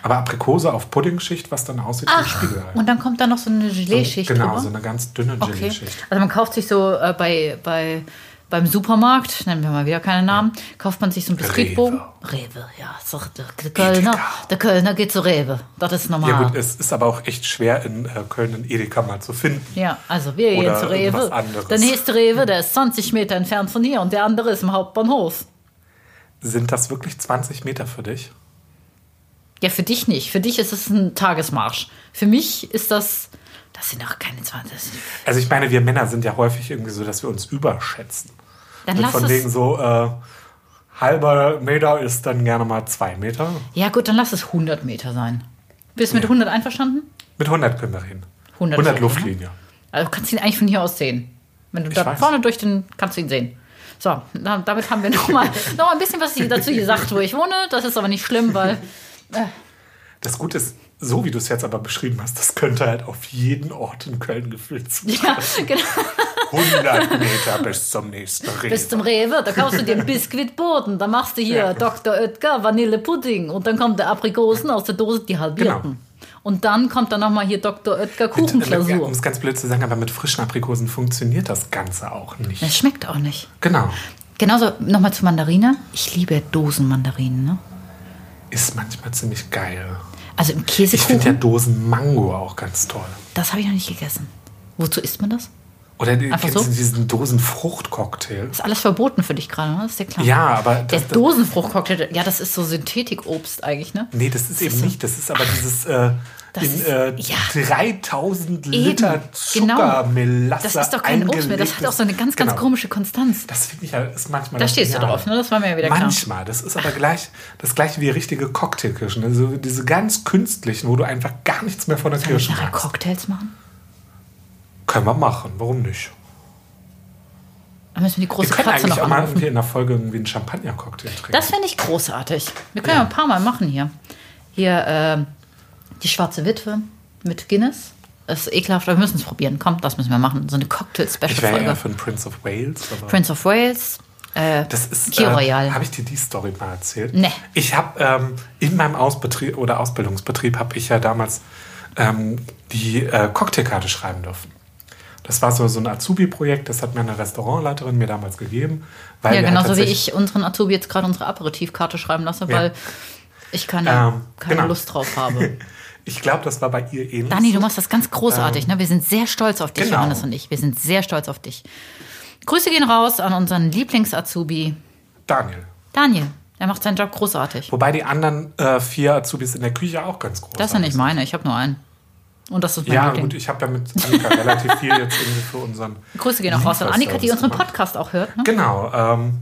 Aber Aprikose auf Puddingschicht, was dann aussieht wie
Ach,
Spiegelei.
und dann kommt da noch so eine Gelee-Schicht
Genau,
drüber.
so eine ganz dünne
Okay.
Gelee-Schicht.
Also man kauft sich so äh, bei, bei, beim Supermarkt, nennen wir mal wieder keine Namen, kauft man sich so einen Biskuitbogen. Rewe, ja. So, der, der, Kölner,
Edeka.
der Kölner geht zu Rewe. Das ist normal.
Ja
Ja,
gut, es ist aber auch echt schwer in äh, Köln einen Edeka mal zu finden.
also wir
Oder
gehen zu
irgendwas
Rewe.
anderes.
Der nächste Rewe, der ist 20 Meter entfernt von hier und der andere ist im Hauptbahnhof.
Sind das wirklich 20 Meter für dich?
Ja, für dich nicht. Für dich ist es ein Tagesmarsch. Für mich ist das. Das sind doch keine 20.
Also ich meine, wir Männer sind ja häufig irgendwie so, dass wir uns überschätzen.
Dann
Und
lass
Also von
es.
wegen so äh, halber Meter ist dann gerne mal zwei Meter.
Ja, gut, dann lass es 100 Meter sein. Bist du mit 100 einverstanden?
Mit 100 können wir reden.
100
100
Meter,
Luftlinie.
Also du kannst ihn eigentlich von hier aus sehen. Wenn du da
weiß.
vorne durch den, kannst du ihn sehen. So, na, damit haben wir nochmal noch mal ein bisschen was dazu gesagt, wo ich wohne. Das ist aber nicht schlimm, weil
Das Gute ist, so wie du es jetzt aber beschrieben hast, das könnte halt auf jeden Ort in Köln gefüllt sein.
ja, genau,
100 Meter bis zum nächsten Rewe.
bis zum Rewe, da kaufst du dir einen Biskuitboden, da machst du hier Dr. Oetker Vanillepudding und dann kommt der Aprikosen aus der Dose, die halbierten.
Genau.
Und dann kommt dann nochmal hier Dr. Oetker
Mit- mit- Um
Kuchenklausur.
es ganz blöd zu sagen, aber mit frischen Aprikosen funktioniert das Ganze auch nicht.
Das schmeckt auch nicht.
Genau.
Genauso nochmal zu Mandarine. Ich liebe Dosenmandarinen. Ne?
Ist manchmal ziemlich geil.
Also im
Ich finde ja
Käsekuchen,
Dosen Mango auch ganz toll.
das habe ich noch nicht gegessen. Wozu isst man das?
Oder die-
Einfach
kennst du
so?
diesen Dosen Fruchtcocktail?
Ist alles verboten für dich gerade, ne? Das ist ja klar.
Ja, aber
Der
das, das,
Dosenfruchtcocktail, ja, das ist so Synthetikobst eigentlich, ne?
nee, das ist eben
so-
nicht. Das ist aber dieses äh,
Das
in
ist-
äh,
ja.
3000 Liter
genau.
Zuckermelasse.
Das ist doch kein Obst mehr, das hat auch so eine ganz, ganz
genau.
komische Konstanz.
Das finde ich ja, ist manchmal.
Da
das
stehst du
Geniale.
drauf, ne? Das war mir ja wieder klar.
Manchmal, das ist aber gleich das gleiche wie richtige Cocktailkirschen. Also diese ganz künstlichen, wo du einfach gar nichts mehr von der
Kann ich
Kirsche
nachher
hast.
Cocktails machen?
Können wir machen, warum nicht?
Dann müssen wir die
Wir
große
können
Katze
eigentlich
noch
auch mal
anrufen.
irgendwie in der Folge irgendwie einen Champagner-Cocktail trinken.
Das fände ich großartig. Wir können ja ein paar Mal machen hier. Hier, ähm, die schwarze Witwe mit Guinness. Das ist ekelhaft, aber wir müssen es probieren. Komm, das müssen wir machen. So eine
ich wäre ja
Cocktail-Special-Folge.
für einen Prince of Wales. Aber
Prince of Wales. Äh,
Das ist.
Key Royal.
Habe ich dir die Story mal erzählt?
Nee.
Ich habe ähm, in meinem Ausbetrieb oder Ausbildungsbetrieb habe ich ja damals ähm, die äh, Cocktailkarte schreiben dürfen. Das war so, so ein Azubi-Projekt, das hat meine Restaurantleiterin mir damals gegeben. Weil
Ja,
wir halt
genauso wie
tatsächlich-
ich unseren Azubi jetzt gerade unsere Aperitivkarte schreiben lasse,
Ja.
weil ich keine,
Ähm,
keine
genau.
Lust drauf habe.
Ich glaube, das war bei ihr ähnlich.
Dani, du machst das ganz großartig. Ne? Wir sind sehr stolz auf dich,
Ähm, Genau.
Johannes und ich. Wir sind sehr stolz auf dich. Grüße gehen raus an unseren Lieblings-Azubi
Daniel.
Daniel. Er macht seinen Job großartig.
Wobei die anderen äh, vier Azubis in der Küche auch ganz groß
Das ist ja nicht meine, ich habe nur einen. Und das ist mein
Ja,
Liebling.
gut, ich habe ja mit Annika relativ viel jetzt irgendwie für unseren.
Grüße gehen auch raus an
Lieferservice
Annika, die unseren
gemacht.
Podcast auch hört. Ne?
Genau. Ähm,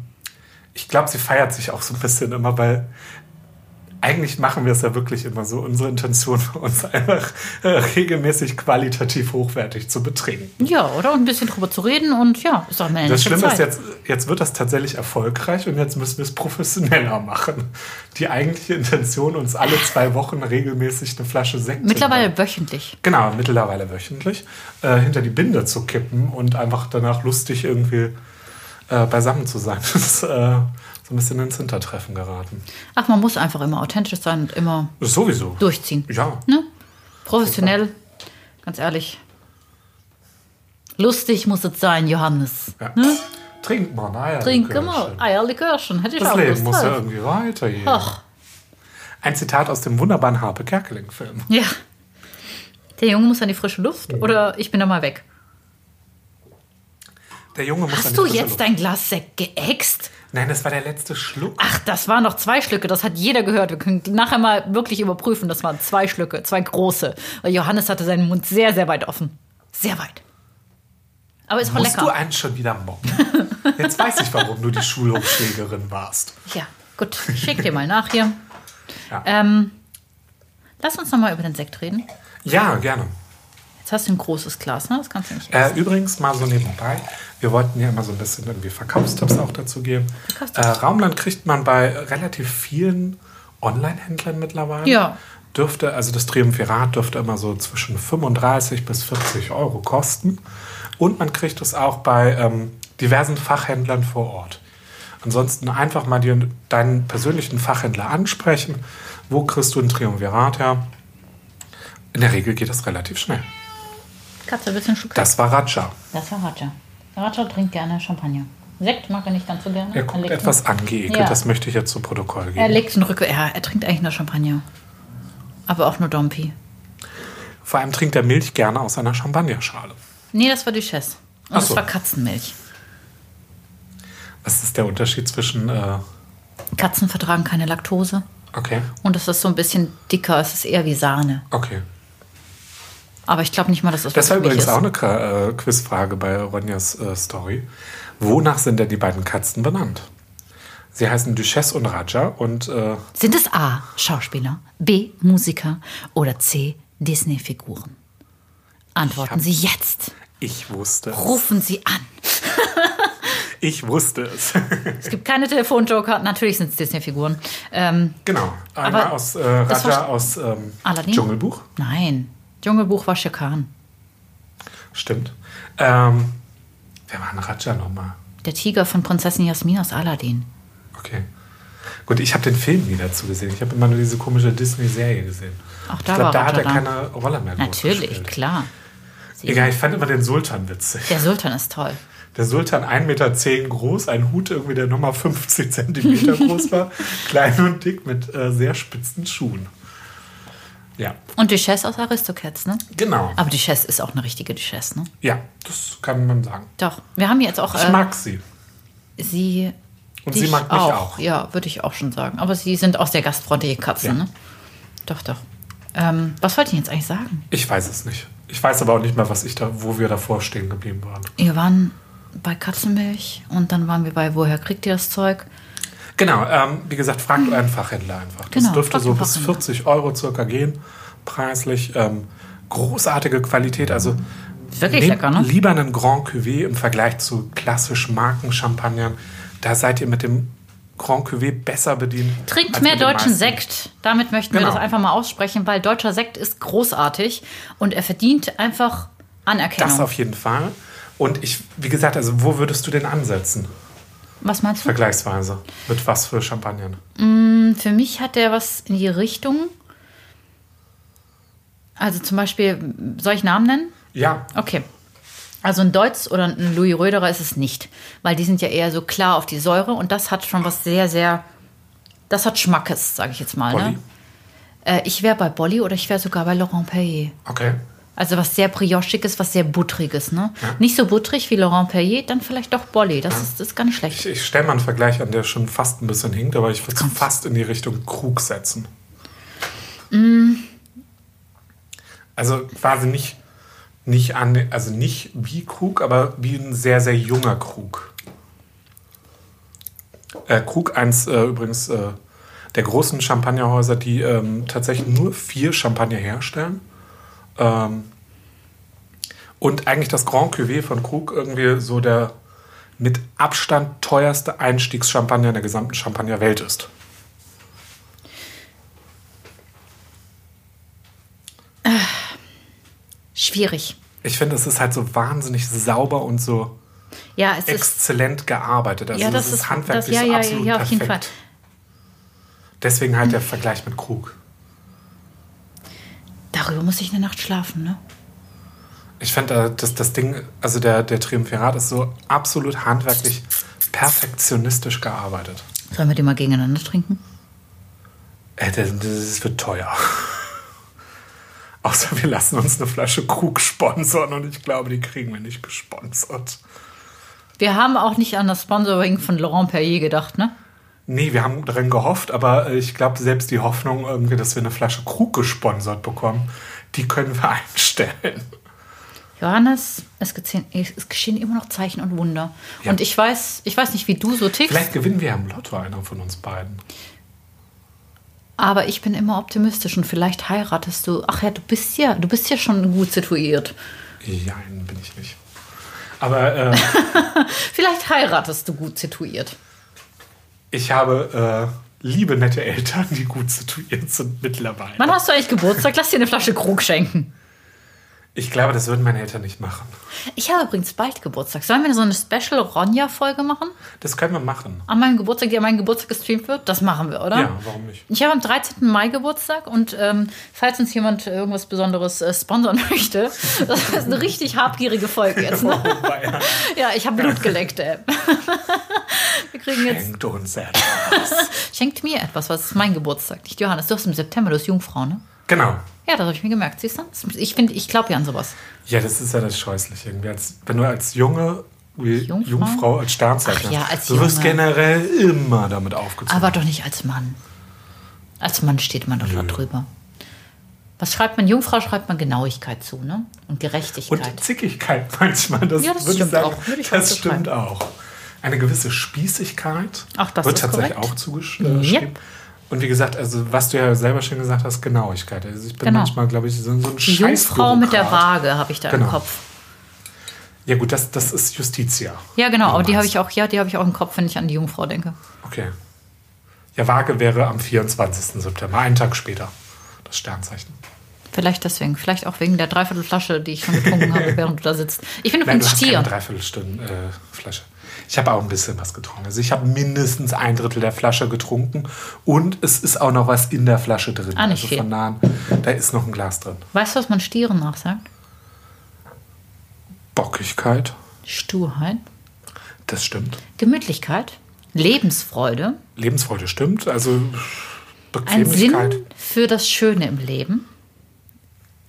ich glaube, sie feiert sich auch so ein bisschen immer, weil eigentlich machen wir es ja wirklich immer so. Unsere Intention für uns einfach äh, regelmäßig qualitativ hochwertig zu betrinken.
Ja, oder? Und ein bisschen drüber zu reden und ja, ist doch am Ende
Das
schon
Schlimme ist,
Zeit.
jetzt, jetzt wird das tatsächlich erfolgreich und jetzt müssen wir es professioneller machen. Die eigentliche Intention, uns alle zwei Wochen regelmäßig eine Flasche Sekt
Mittlerweile wöchentlich.
Genau, mittlerweile wöchentlich, äh, hinter die Binde zu kippen und einfach danach lustig irgendwie äh, beisammen zu sein. Das ist äh, so ein bisschen ins Hintertreffen geraten.
Ach, man muss einfach immer authentisch sein und immer
Das ist Sowieso.
durchziehen.
Ja.
Ne? Professionell, ganz ehrlich. Lustig muss es sein, Johannes.
ja. Trink mal, naja.
Hm? Trink immer Eierlikörchen. Hätte ich
Das
auch
Leben
Lust
muss ja
drauf.
irgendwie weitergehen.
Ach,
Ein Zitat aus dem wunderbaren Harpe Kerkeling-Film.
ja. Der Junge muss an die frische Luft oder ich bin da mal weg.
Der Junge muss an die
Hast du
frische
jetzt
Luft.
dein Glas Sekt geäxt?
Nein, das war der letzte Schluck.
Ach, das waren noch zwei Schlücke, das hat jeder gehört. Wir können nachher mal wirklich überprüfen, das waren zwei Schlücke, zwei große. Weil Johannes hatte seinen Mund sehr, sehr weit offen. Sehr weit. Aber ist voll
Musst du
lecker.
einen schon wieder mobben? Jetzt weiß ich, warum du die Schulhofschlägerin warst.
Ja, gut, ich schick dir mal nach hier.
Ja.
Ähm, lass uns nochmal über den Sekt reden.
Ja, gerne.
Jetzt hast du ein großes Glas, ne? Das kannst du nicht.
Äh, übrigens, mal so nebenbei, wir wollten ja immer so ein bisschen irgendwie Verkaufstipps auch dazu geben. Äh,
Verkaufstipps.
Raumland kriegt man bei relativ vielen Online-Händlern mittlerweile.
Ja.
Dürfte, also das Triumvirat dürfte immer so zwischen 35 bis 40 Euro kosten. Und man kriegt es auch bei ähm, diversen Fachhändlern vor Ort. Ansonsten einfach mal dir, deinen persönlichen Fachhändler ansprechen. Wo kriegst du ein Triumvirat her? In der Regel geht das relativ schnell.
Katze, willst du einen Schluck?
Das war Raja.
Das war Raja. Raja trinkt gerne Champagner. Sekt mag er nicht ganz so gerne.
Er guckt
legt
etwas
einen-
angeekelt,
Ja.
das möchte ich jetzt zu Protokoll geben.
Er legt einen Rücken. Ja, er trinkt eigentlich nur Champagner. Aber auch nur Dompi.
Vor allem trinkt er Milch gerne aus einer Champagnerschale.
Nee, das war Duchesse. Und
Ach
das
so.
war Katzenmilch.
Was ist der Unterschied zwischen. Äh,
Katzen vertragen keine Laktose.
okay,
Und es ist so ein bisschen dicker. Es ist eher wie Sahne.
okay.
Aber ich glaube nicht mal, dass das,
Das
was
war
für mich
übrigens
ist.
auch eine Kra- äh, Quizfrage bei Ronjas äh, Story. Wonach sind denn die beiden Katzen benannt? Sie heißen Duchesse und Raja und äh,
Sind es A. Schauspieler, B. Musiker oder C. Disney-Figuren? Antworten Sie jetzt.
ich wusste es.
Rufen Sie an.
Ich wusste es.
Es gibt keine Telefonjoker. Natürlich sind es Disney-Figuren. Ähm,
genau. Einmal
Aber
aus äh,
das
Raja
war-
aus ähm,
Aladdin?
Dschungelbuch.
nein. Dschungelbuch war Schikan.
Stimmt. Ähm, wer war denn Raja nochmal?
Der Tiger von Prinzessin Jasmin aus Aladdin.
Okay. Gut, ich habe den Film nie dazu gesehen. Ich habe immer nur diese komische Disney-Serie gesehen.
Auch da
ich glaube,
war
da hat er
Rotterdam.
keine Rolle mehr groß
Natürlich,
gespielt.
klar.
Egal, ich fand immer den Sultan witzig.
Der Sultan ist toll.
Der Sultan 1,10 Meter groß, ein Hut irgendwie, der nochmal 50 Zentimeter groß war, klein und dick mit äh, sehr spitzen Schuhen. Ja,
Und Duchesse aus Aristocats, ne?
genau.
Aber Duchesse ist auch eine richtige Duchesse, ne?
Ja, das kann man sagen.
Doch. Wir haben jetzt auch.
Ich
äh,
mag sie.
sie.
Und sie
dich
mag mich auch.
Ja, würde ich auch schon sagen. Aber sie sind aus der gastfreundlichen Katze,
Ja.
ne? Doch, doch. Ähm, was wollte ich jetzt eigentlich sagen?
Ich weiß es nicht. Ich weiß aber auch nicht mehr, was ich da, wo wir davor stehen geblieben waren.
Wir waren bei Katzenmilch und dann waren wir bei Woher kriegt ihr das Zeug?
Genau, ähm, wie gesagt, fragt euren Fachhändler einfach. Das
Genau,
dürfte
fragt
so
den
bis
Fachhändler.
40 Euro circa gehen, preislich. Ähm, großartige Qualität, also
Wirklich
nehmt
lecker, ne?
lieber einen Grand Cuvée im Vergleich zu klassisch Markenchampagnern. Da seid ihr mit dem Grand Cuvée besser bedient.
Trinkt
als
mehr
mit dem
deutschen
Also meisten.
Sekt. Damit möchten wir
Genau.
das einfach mal aussprechen, weil deutscher Sekt ist großartig und er verdient einfach Anerkennung.
Das auf jeden Fall. Und ich, wie gesagt, also wo würdest du den ansetzen,
was meinst du?
vergleichsweise? Mit was für Champagnern?
Für mich hat der was in die Richtung. Also zum Beispiel, soll ich Namen nennen?
Ja,
Okay. Also ein Deutz oder ein Louis Röderer ist es nicht, weil die sind ja eher so klar auf die Säure und das hat schon was sehr, sehr, das hat Schmackes, sage ich jetzt mal.
Olli.
Ne? Äh, ich wäre bei Bolli oder ich wäre sogar bei Laurent Perrier.
Okay.
Also was sehr briochiges, was sehr buttriges. Ne? Nicht so buttrig wie Laurent Perrier, dann vielleicht doch Bolli. Das, ist, das ist gar nicht schlecht.
Ich, ich stelle mal einen Vergleich an, der schon fast ein bisschen hinkt, aber ich würde es
Komm.
fast in die Richtung Krug setzen. Also quasi nicht, nicht an, also nicht wie Krug, aber wie ein sehr, sehr junger Krug. Äh, Krug 1 äh, übrigens äh, der großen Champagnerhäuser, die ähm, tatsächlich nur vier Champagner herstellen. Ähm, und eigentlich das Grand Cuvée von Krug irgendwie so der mit Abstand teuerste Einstiegschampagner der gesamten Champagnerwelt ist.
Schwierig.
Ich finde, es ist halt so wahnsinnig sauber und so
Ja, es ist
exzellent gearbeitet. Also
ja,
das,
das
ist,
ist-
handwerklich
das- ja,
so
ja,
absolut
ja, auf
perfekt.
jeden
Deswegen halt der Vergleich mit Krug.
Darüber muss ich eine Nacht schlafen, ne?
Ich fand äh, das, das Ding, also der, der Triumvirat ist so absolut handwerklich perfektionistisch gearbeitet.
Sollen wir die mal gegeneinander trinken?
Äh, das, das wird teuer. Außer wir lassen uns eine Flasche Krug sponsern und ich glaube, die kriegen wir nicht gesponsert.
Wir haben auch nicht an das Sponsoring von Laurent Perrier gedacht, ne?
Nee, wir haben dran gehofft, aber äh, ich glaube, selbst die Hoffnung, irgendwie, dass wir eine Flasche Krug gesponsert bekommen, die können wir einstellen.
Johannes, es geschehen, es geschehen immer noch Zeichen und Wunder.
Ja.
Und ich weiß, ich weiß nicht, wie du so tickst,
Vielleicht gewinnen wir ja im Lotto einer von uns beiden.
aber ich bin immer optimistisch und vielleicht heiratest du. Ach ja, du bist ja, du bist ja schon gut situiert.
Ja, bin ich nicht. Aber äh,
Vielleicht heiratest du gut situiert.
ich habe äh, liebe, nette Eltern, die gut situiert sind mittlerweile.
Wann hast du eigentlich Geburtstag? Lass dir eine Flasche Krug schenken.
Ich glaube, das würden meine Eltern nicht machen.
Ich habe übrigens bald Geburtstag. Sollen wir so eine Special Ronja-Folge machen?
Das können wir machen.
An meinem Geburtstag, die an meinem Geburtstag gestreamt wird? Das machen wir, oder?
Ja, warum nicht?
Ich habe am 13. Mai Geburtstag und ähm, falls uns jemand irgendwas Besonderes äh, sponsern möchte, das ist eine richtig habgierige Folge jetzt. Ne?
Oh, Bayern
Ja, ich habe Blut geleckt, ey. Wir kriegen jetzt,
hängt uns an.
schenkt mir etwas, was ist mein Geburtstag, nicht Johannes. Du hast im September, du bist Jungfrau, ne?
Genau.
Ja, das habe ich mir gemerkt, siehst du? Ich, find- ich glaube ja an sowas.
Ja, das ist ja das Scheußliche. Irgendwie als, wenn du als junge wie
Jungfrau?
Jungfrau, als Sternzeichen
Ach ja,
hast,
als
du wirst
Junge.
generell immer damit aufgezogen.
Aber doch nicht als Mann. Als Mann steht man doch da
Nö.
drüber. Was schreibt man? Jungfrau schreibt man Genauigkeit zu, ne? Und Gerechtigkeit.
Und Zickigkeit manchmal. Das,
Ja, das
würde ich
stimmt
sagen,
auch. Würde ich auch so
das stimmt auch. Eine gewisse Spießigkeit
Auch das
wird
ist
tatsächlich
korrekt.
auch zugeschrieben.
Yep.
Und wie gesagt, also was du ja selber schon gesagt hast, Genauigkeit. Also ich bin
Genau.
manchmal, glaube ich, so, so ein
die
scheiß
Jungfrau mit der
Bürokrat.
Waage habe ich da im
Genau.
Kopf.
Ja gut, das, das ist Justitia.
Ja, genau, aber die habe
meinst.
ich auch, ja, die habe ich auch im Kopf, wenn ich an die Jungfrau denke.
Okay. Ja, Waage wäre am 24. September, einen Tag später. Das Sternzeichen.
Vielleicht deswegen, vielleicht auch wegen der Dreiviertelflasche, die ich schon getrunken habe, während du da sitzt. Ich bin
Nein,
übrigens
du hast keine
Stier.
Dreiviertelstunden äh, Flasche. Ich habe auch ein bisschen was getrunken. Also ich habe mindestens ein Drittel der Flasche getrunken und es ist auch noch was in der Flasche drin.
Ah, nicht
also
viel.
von nah an, da ist noch ein Glas drin.
Weißt du, was man Stieren nachsagt?
Bockigkeit,
Sturheit,
das stimmt.
Gemütlichkeit, Lebensfreude,
Lebensfreude stimmt, also
ein Sinn
Bequemlichkeit.
für das Schöne im Leben.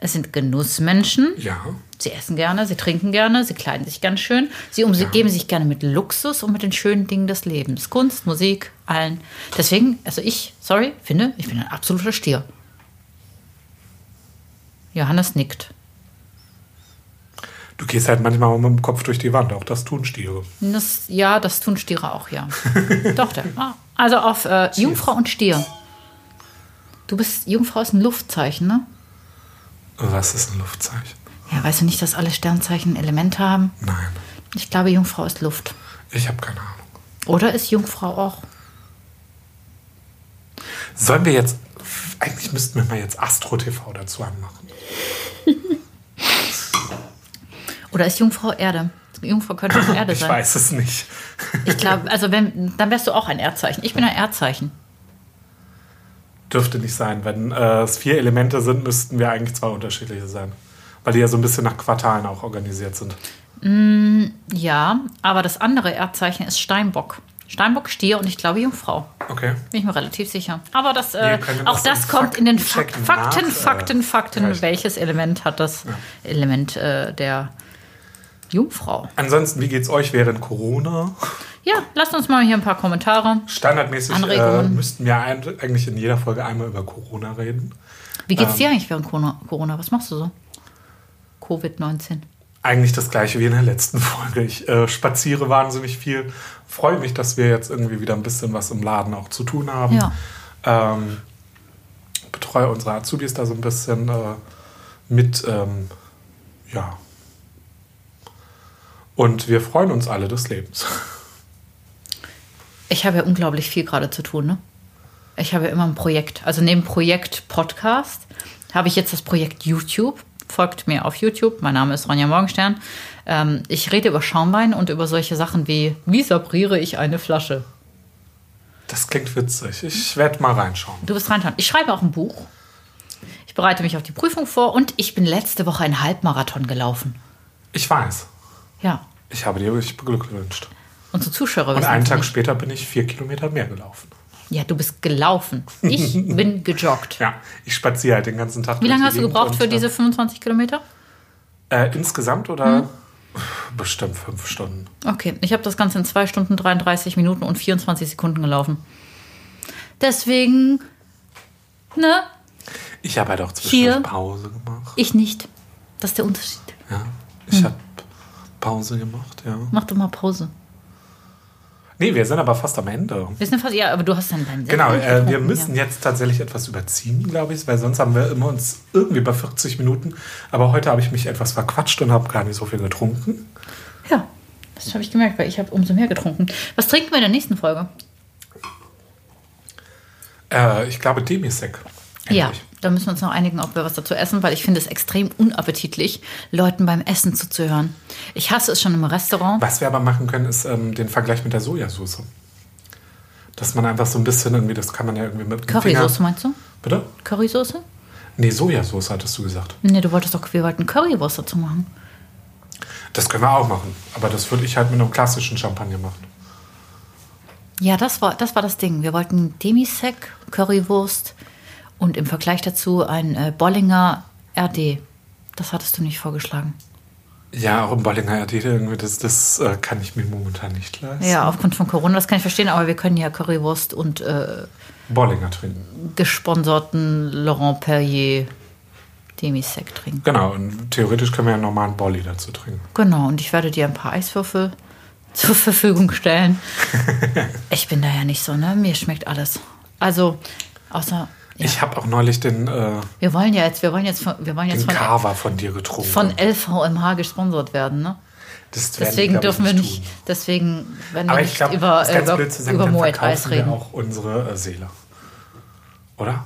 Es sind Genussmenschen.
Ja,
Sie essen gerne, sie trinken gerne, sie kleiden sich ganz schön. Sie umgeben sich gerne mit Luxus und mit den schönen Dingen des Lebens. Kunst, Musik, allen. Deswegen, also ich, sorry, finde, ich bin ein absoluter Stier. Johannes nickt.
du gehst halt manchmal mit dem Kopf durch die Wand, auch das tun Stiere.
Das, ja, das tun Stiere auch, ja. Doch, der. ah, Also auf äh, Jungfrau und Stier. Du bist, Jungfrau ist ein Luftzeichen, ne?
Was ist ein Luftzeichen?
Ja, weißt du nicht, dass alle Sternzeichen Elemente haben?
Nein,
Ich glaube, Jungfrau ist Luft.
ich habe keine Ahnung.
Oder ist Jungfrau auch?
Sollen wir jetzt, eigentlich müssten wir mal jetzt Astro TV dazu anmachen.
Oder ist Jungfrau Erde? Jungfrau könnte auch Erde
Ich
sein.
weiß es nicht.
Ich glaube, also wenn, dann wärst du auch ein Erdzeichen. Ich bin ein Erdzeichen.
Dürfte nicht sein. Wenn äh, es vier Elemente sind, müssten wir eigentlich zwei unterschiedliche sein. Weil die ja so ein bisschen nach Quartalen auch organisiert sind.
Ja, aber das andere Erdzeichen ist Steinbock. Steinbock, Stier und ich glaube Jungfrau.
Okay.
Bin ich mir relativ sicher. Aber das, äh,
können
auch das
das im
kommt in den Fak
Faktencheck
Fakten,
nach, äh,
Fakten, Fakten.
gleich.
Welches Element hat das Element äh, der Jungfrau?
Ansonsten, wie geht's euch während Corona?
Ja, lasst uns mal hier ein paar Kommentare.
Standardmäßig äh,
Anregungen.
müssten wir ein, eigentlich in jeder Folge einmal über Corona reden.
Wie
Ähm.
geht's dir eigentlich während Corona? Corona? Was machst du so? Covid-19.
Eigentlich das gleiche wie in der letzten Folge. Ich äh, spaziere wahnsinnig viel. Freue mich, dass wir jetzt irgendwie wieder ein bisschen was im Laden auch zu tun haben.
Ja.
Ähm, betreue unsere Azubis da so ein bisschen äh, mit, ähm, ja. Und wir freuen uns alle des Lebens.
Ich habe ja unglaublich viel gerade zu tun, ne? Ich habe ja immer ein Projekt. Also neben Projekt Podcast habe ich jetzt das Projekt YouTube. Folgt mir auf YouTube. Mein Name ist Ronja Morgenstern. Ähm, ich rede über Schaumwein und über solche Sachen wie, wie sabriere ich eine Flasche?
Das klingt witzig. Ich werde mal reinschauen.
Du bist reinschauen. Ich schreibe auch ein Buch. Ich bereite mich auf die Prüfung vor und ich bin letzte Woche einen Halbmarathon gelaufen.
Ich weiß.
Ja.
Ich habe dir wirklich beglückwünscht.
Unsere Zuschauer
Und
wissen
einen
das
Tag
nicht.
später bin ich vier Kilometer mehr gelaufen.
Ja, du bist gelaufen. Ich bin gejoggt.
Ja, ich spaziere halt den ganzen Tag.
Wie
durch
lange
die
hast du
Gegend
gebraucht
und,
für
äh,
diese 25 Kilometer?
Äh, insgesamt
Hm?
oder? Bestimmt fünf Stunden.
Okay, ich habe das Ganze in 2 Stunden 33 Minuten und 24 Sekunden gelaufen. Deswegen, ne,
Ich habe halt auch zwischendurch
Hier.
Pause gemacht.
ich nicht. Das ist der Unterschied.
Ja.
Hm.
Ich habe Pause gemacht, ja.
Mach doch mal Pause.
Nee, wir sind aber fast am Ende.
Wir sind fast, ja, aber du hast dann deinen
Genau,
Sekt
äh, wir
getrunken,
müssen jetzt tatsächlich etwas überziehen, glaube ich, weil sonst haben wir immer uns irgendwie bei 40 Minuten. Aber heute habe ich mich etwas verquatscht und habe gar nicht so viel getrunken.
Ja, ja das habe ich gemerkt, weil ich habe umso mehr getrunken. Was trinken wir in der nächsten Folge?
Äh, ich glaube, Demisek.
Ja, da müssen wir uns noch einigen, ob wir was dazu essen, weil ich finde es extrem unappetitlich, Leuten beim Essen zuzuhören. Ich hasse es schon im Restaurant.
Was wir aber machen können, ist ähm, den Vergleich mit der Sojasauce. Dass man einfach so ein bisschen irgendwie, das kann man ja irgendwie mit dem Finger...
Currysoße meinst du?
Bitte?
Currysoße?
Nee, Sojasauce hattest du gesagt.
Nee, du wolltest doch, wir wollten Currywurst dazu machen.
Das können wir auch machen. Aber das würde ich halt mit einem klassischen Champagner machen.
Ja, das war, das war das Ding. Wir wollten Demisec, Currywurst und im Vergleich dazu ein äh, Bollinger RD. Das hattest du nicht vorgeschlagen.
Ja, auch im Bollinger RT irgendwie, das, das äh, kann ich mir momentan nicht leisten.
Ja, aufgrund von Corona, das kann ich verstehen, aber wir können ja Currywurst und äh,
Bollinger trinken.
gesponserten Laurent Perrier Demisec trinken.
Genau, und theoretisch können wir ja einen normalen Bolli dazu trinken.
Genau, und ich werde dir ein paar Eiswürfel zur Verfügung stellen. ich bin da ja nicht so, ne? Mir schmeckt alles. Also, außer. Ja.
Ich habe auch neulich den, äh,
Wir wollen ja jetzt, wir wollen jetzt von, wir wollen jetzt
den
von,
Kava von dir getrunken.
von LVMH gesponsert werden, ne?
das Oh. werden
Deswegen
die, glaub ich,
dürfen wir nicht,
tun.
deswegen werden wir
Aber
nicht
ich glaube,
über, äh,
ist ganz
über,
blöd zu sagen,
über
dann
Moet Eis
verkaufen wir
reden.
auch unsere äh, Seele. Oder?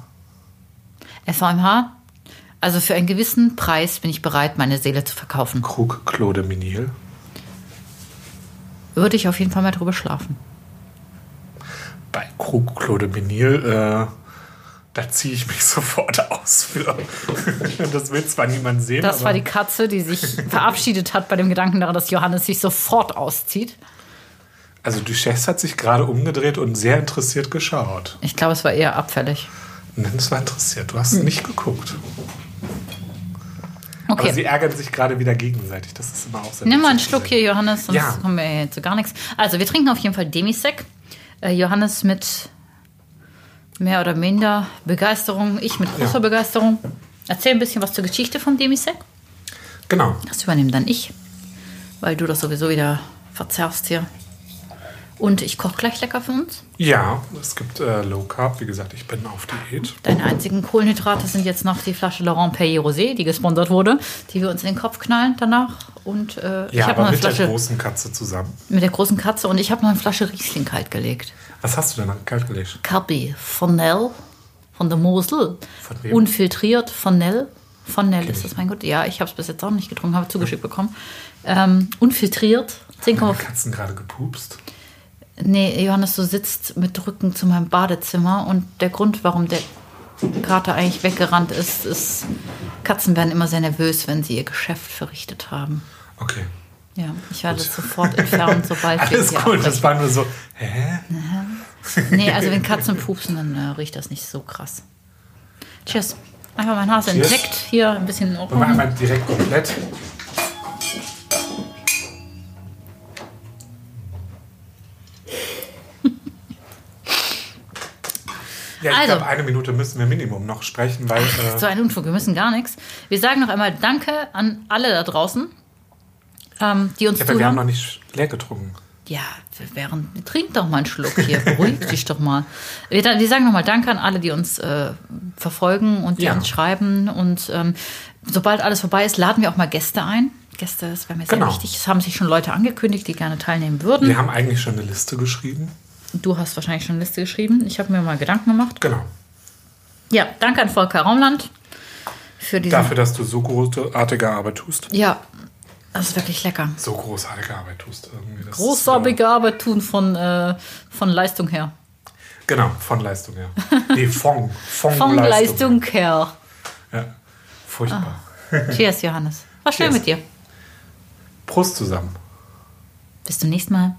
LVMH, also für einen gewissen Preis bin ich bereit, meine Seele zu verkaufen.
Krug Claude Minil.
Würde ich auf jeden Fall mal drüber schlafen.
Bei Krug Claude Minil, äh, da ziehe ich mich sofort aus für. das will zwar niemand sehen,
Das
aber
war die Katze, die sich verabschiedet hat bei dem Gedanken daran, dass Johannes sich sofort auszieht.
Also Duchesse hat sich gerade umgedreht und sehr interessiert geschaut.
Ich glaube, es war eher abfällig.
Nein, es war interessiert. Du hast
Hm.
nicht geguckt. Aber sie
Okay,
ärgern sich gerade wieder gegenseitig. Das ist immer auch sehr
nimm mal einen
witzig.
Schluck hier, Johannes, sonst
Ja.
kommen wir hier zu gar nichts. Also, wir trinken auf jeden Fall Demisec. Äh, Johannes mit mehr oder minder Begeisterung, ich mit großer
Ja.
Begeisterung. Erzähl ein bisschen was zur Geschichte von Demisec.
Genau.
Das übernehme dann ich, weil du das sowieso wieder verzerrst hier. Und ich koche gleich lecker für uns.
Ja, es gibt äh, Low Carb. Wie gesagt, ich bin auf Diät.
Deine einzigen Kohlenhydrate sind jetzt noch die Flasche Laurent Perrier Rosé, die gesponsert wurde, die wir uns in den Kopf knallen danach. Und äh, ich
Ja,
habe noch
aber
eine
mit der
Flasche
großen Katze zusammen.
mit der großen Katze und ich habe noch eine Flasche Riesling kalt gelegt.
Was hast du denn an Kaltgelegt?
Carbi von Nell, von der Mosel,
Von wem?
unfiltriert von Nell. Von Nell ist
ich.
das mein Gott. Ja, ich habe es bis jetzt auch nicht getrunken, habe zugeschickt bekommen. Ähm, unfiltriert, 10,5
Katzen gerade gepupst.
Nee, Johannes, du sitzt mit Rücken zu meinem Badezimmer und der Grund, warum der Kater eigentlich weggerannt ist, ist, Katzen werden immer sehr nervös, wenn sie ihr Geschäft verrichtet haben.
Okay.
Ja, ich werde es sofort entfernen, sobald wir
Alles
hier
gut.
abbrechen.
Das war nur so. Hä?
Nee, also wenn Katzen pupsen, dann äh, riecht das nicht so krass. Cheers. Einfach mein Hase
Cheers.
entdeckt, hier ein bisschen
Wollen wir
Orange.
einmal direkt komplett. Ja, ich
Also.
glaube, eine Minute müssen wir Minimum noch sprechen, weil äh,
So ein Unfug, wir müssen gar nichts. Wir sagen noch einmal Danke an alle da draußen, ähm, die uns
ja, aber wir
zuhören.
haben noch nicht leer getrunken.
Ja, während, trink doch mal einen Schluck hier, beruhig dich doch mal. Wir, da- wir sagen nochmal Danke an alle, die uns äh, verfolgen und die
Ja.
uns schreiben. Und ähm, sobald alles vorbei ist, laden wir auch mal Gäste ein. Gäste, das wäre mir
Genau.
sehr wichtig. Es haben sich schon Leute angekündigt, die gerne teilnehmen würden.
Wir haben eigentlich schon eine Liste geschrieben.
Du hast wahrscheinlich schon eine Liste geschrieben. Ich habe mir mal Gedanken gemacht.
Genau.
Ja, danke an Volker Raumland für diesen.
Dafür, dass du so großartige Arbeit tust.
Ja, das ist wirklich lecker.
So großartige Arbeit tust. Irgendwie. Das Ist,
Großartige Arbeit tun von, äh, von Leistung her.
äh, genau, von Leistung, ja. Nee, von. Von,
Von
Leistung.
Leistung her.
Ja. Furchtbar.
Ah. Cheers, Johannes. War schön
Cheers.
mit dir.
Prost zusammen.
Bis zum nächsten Mal.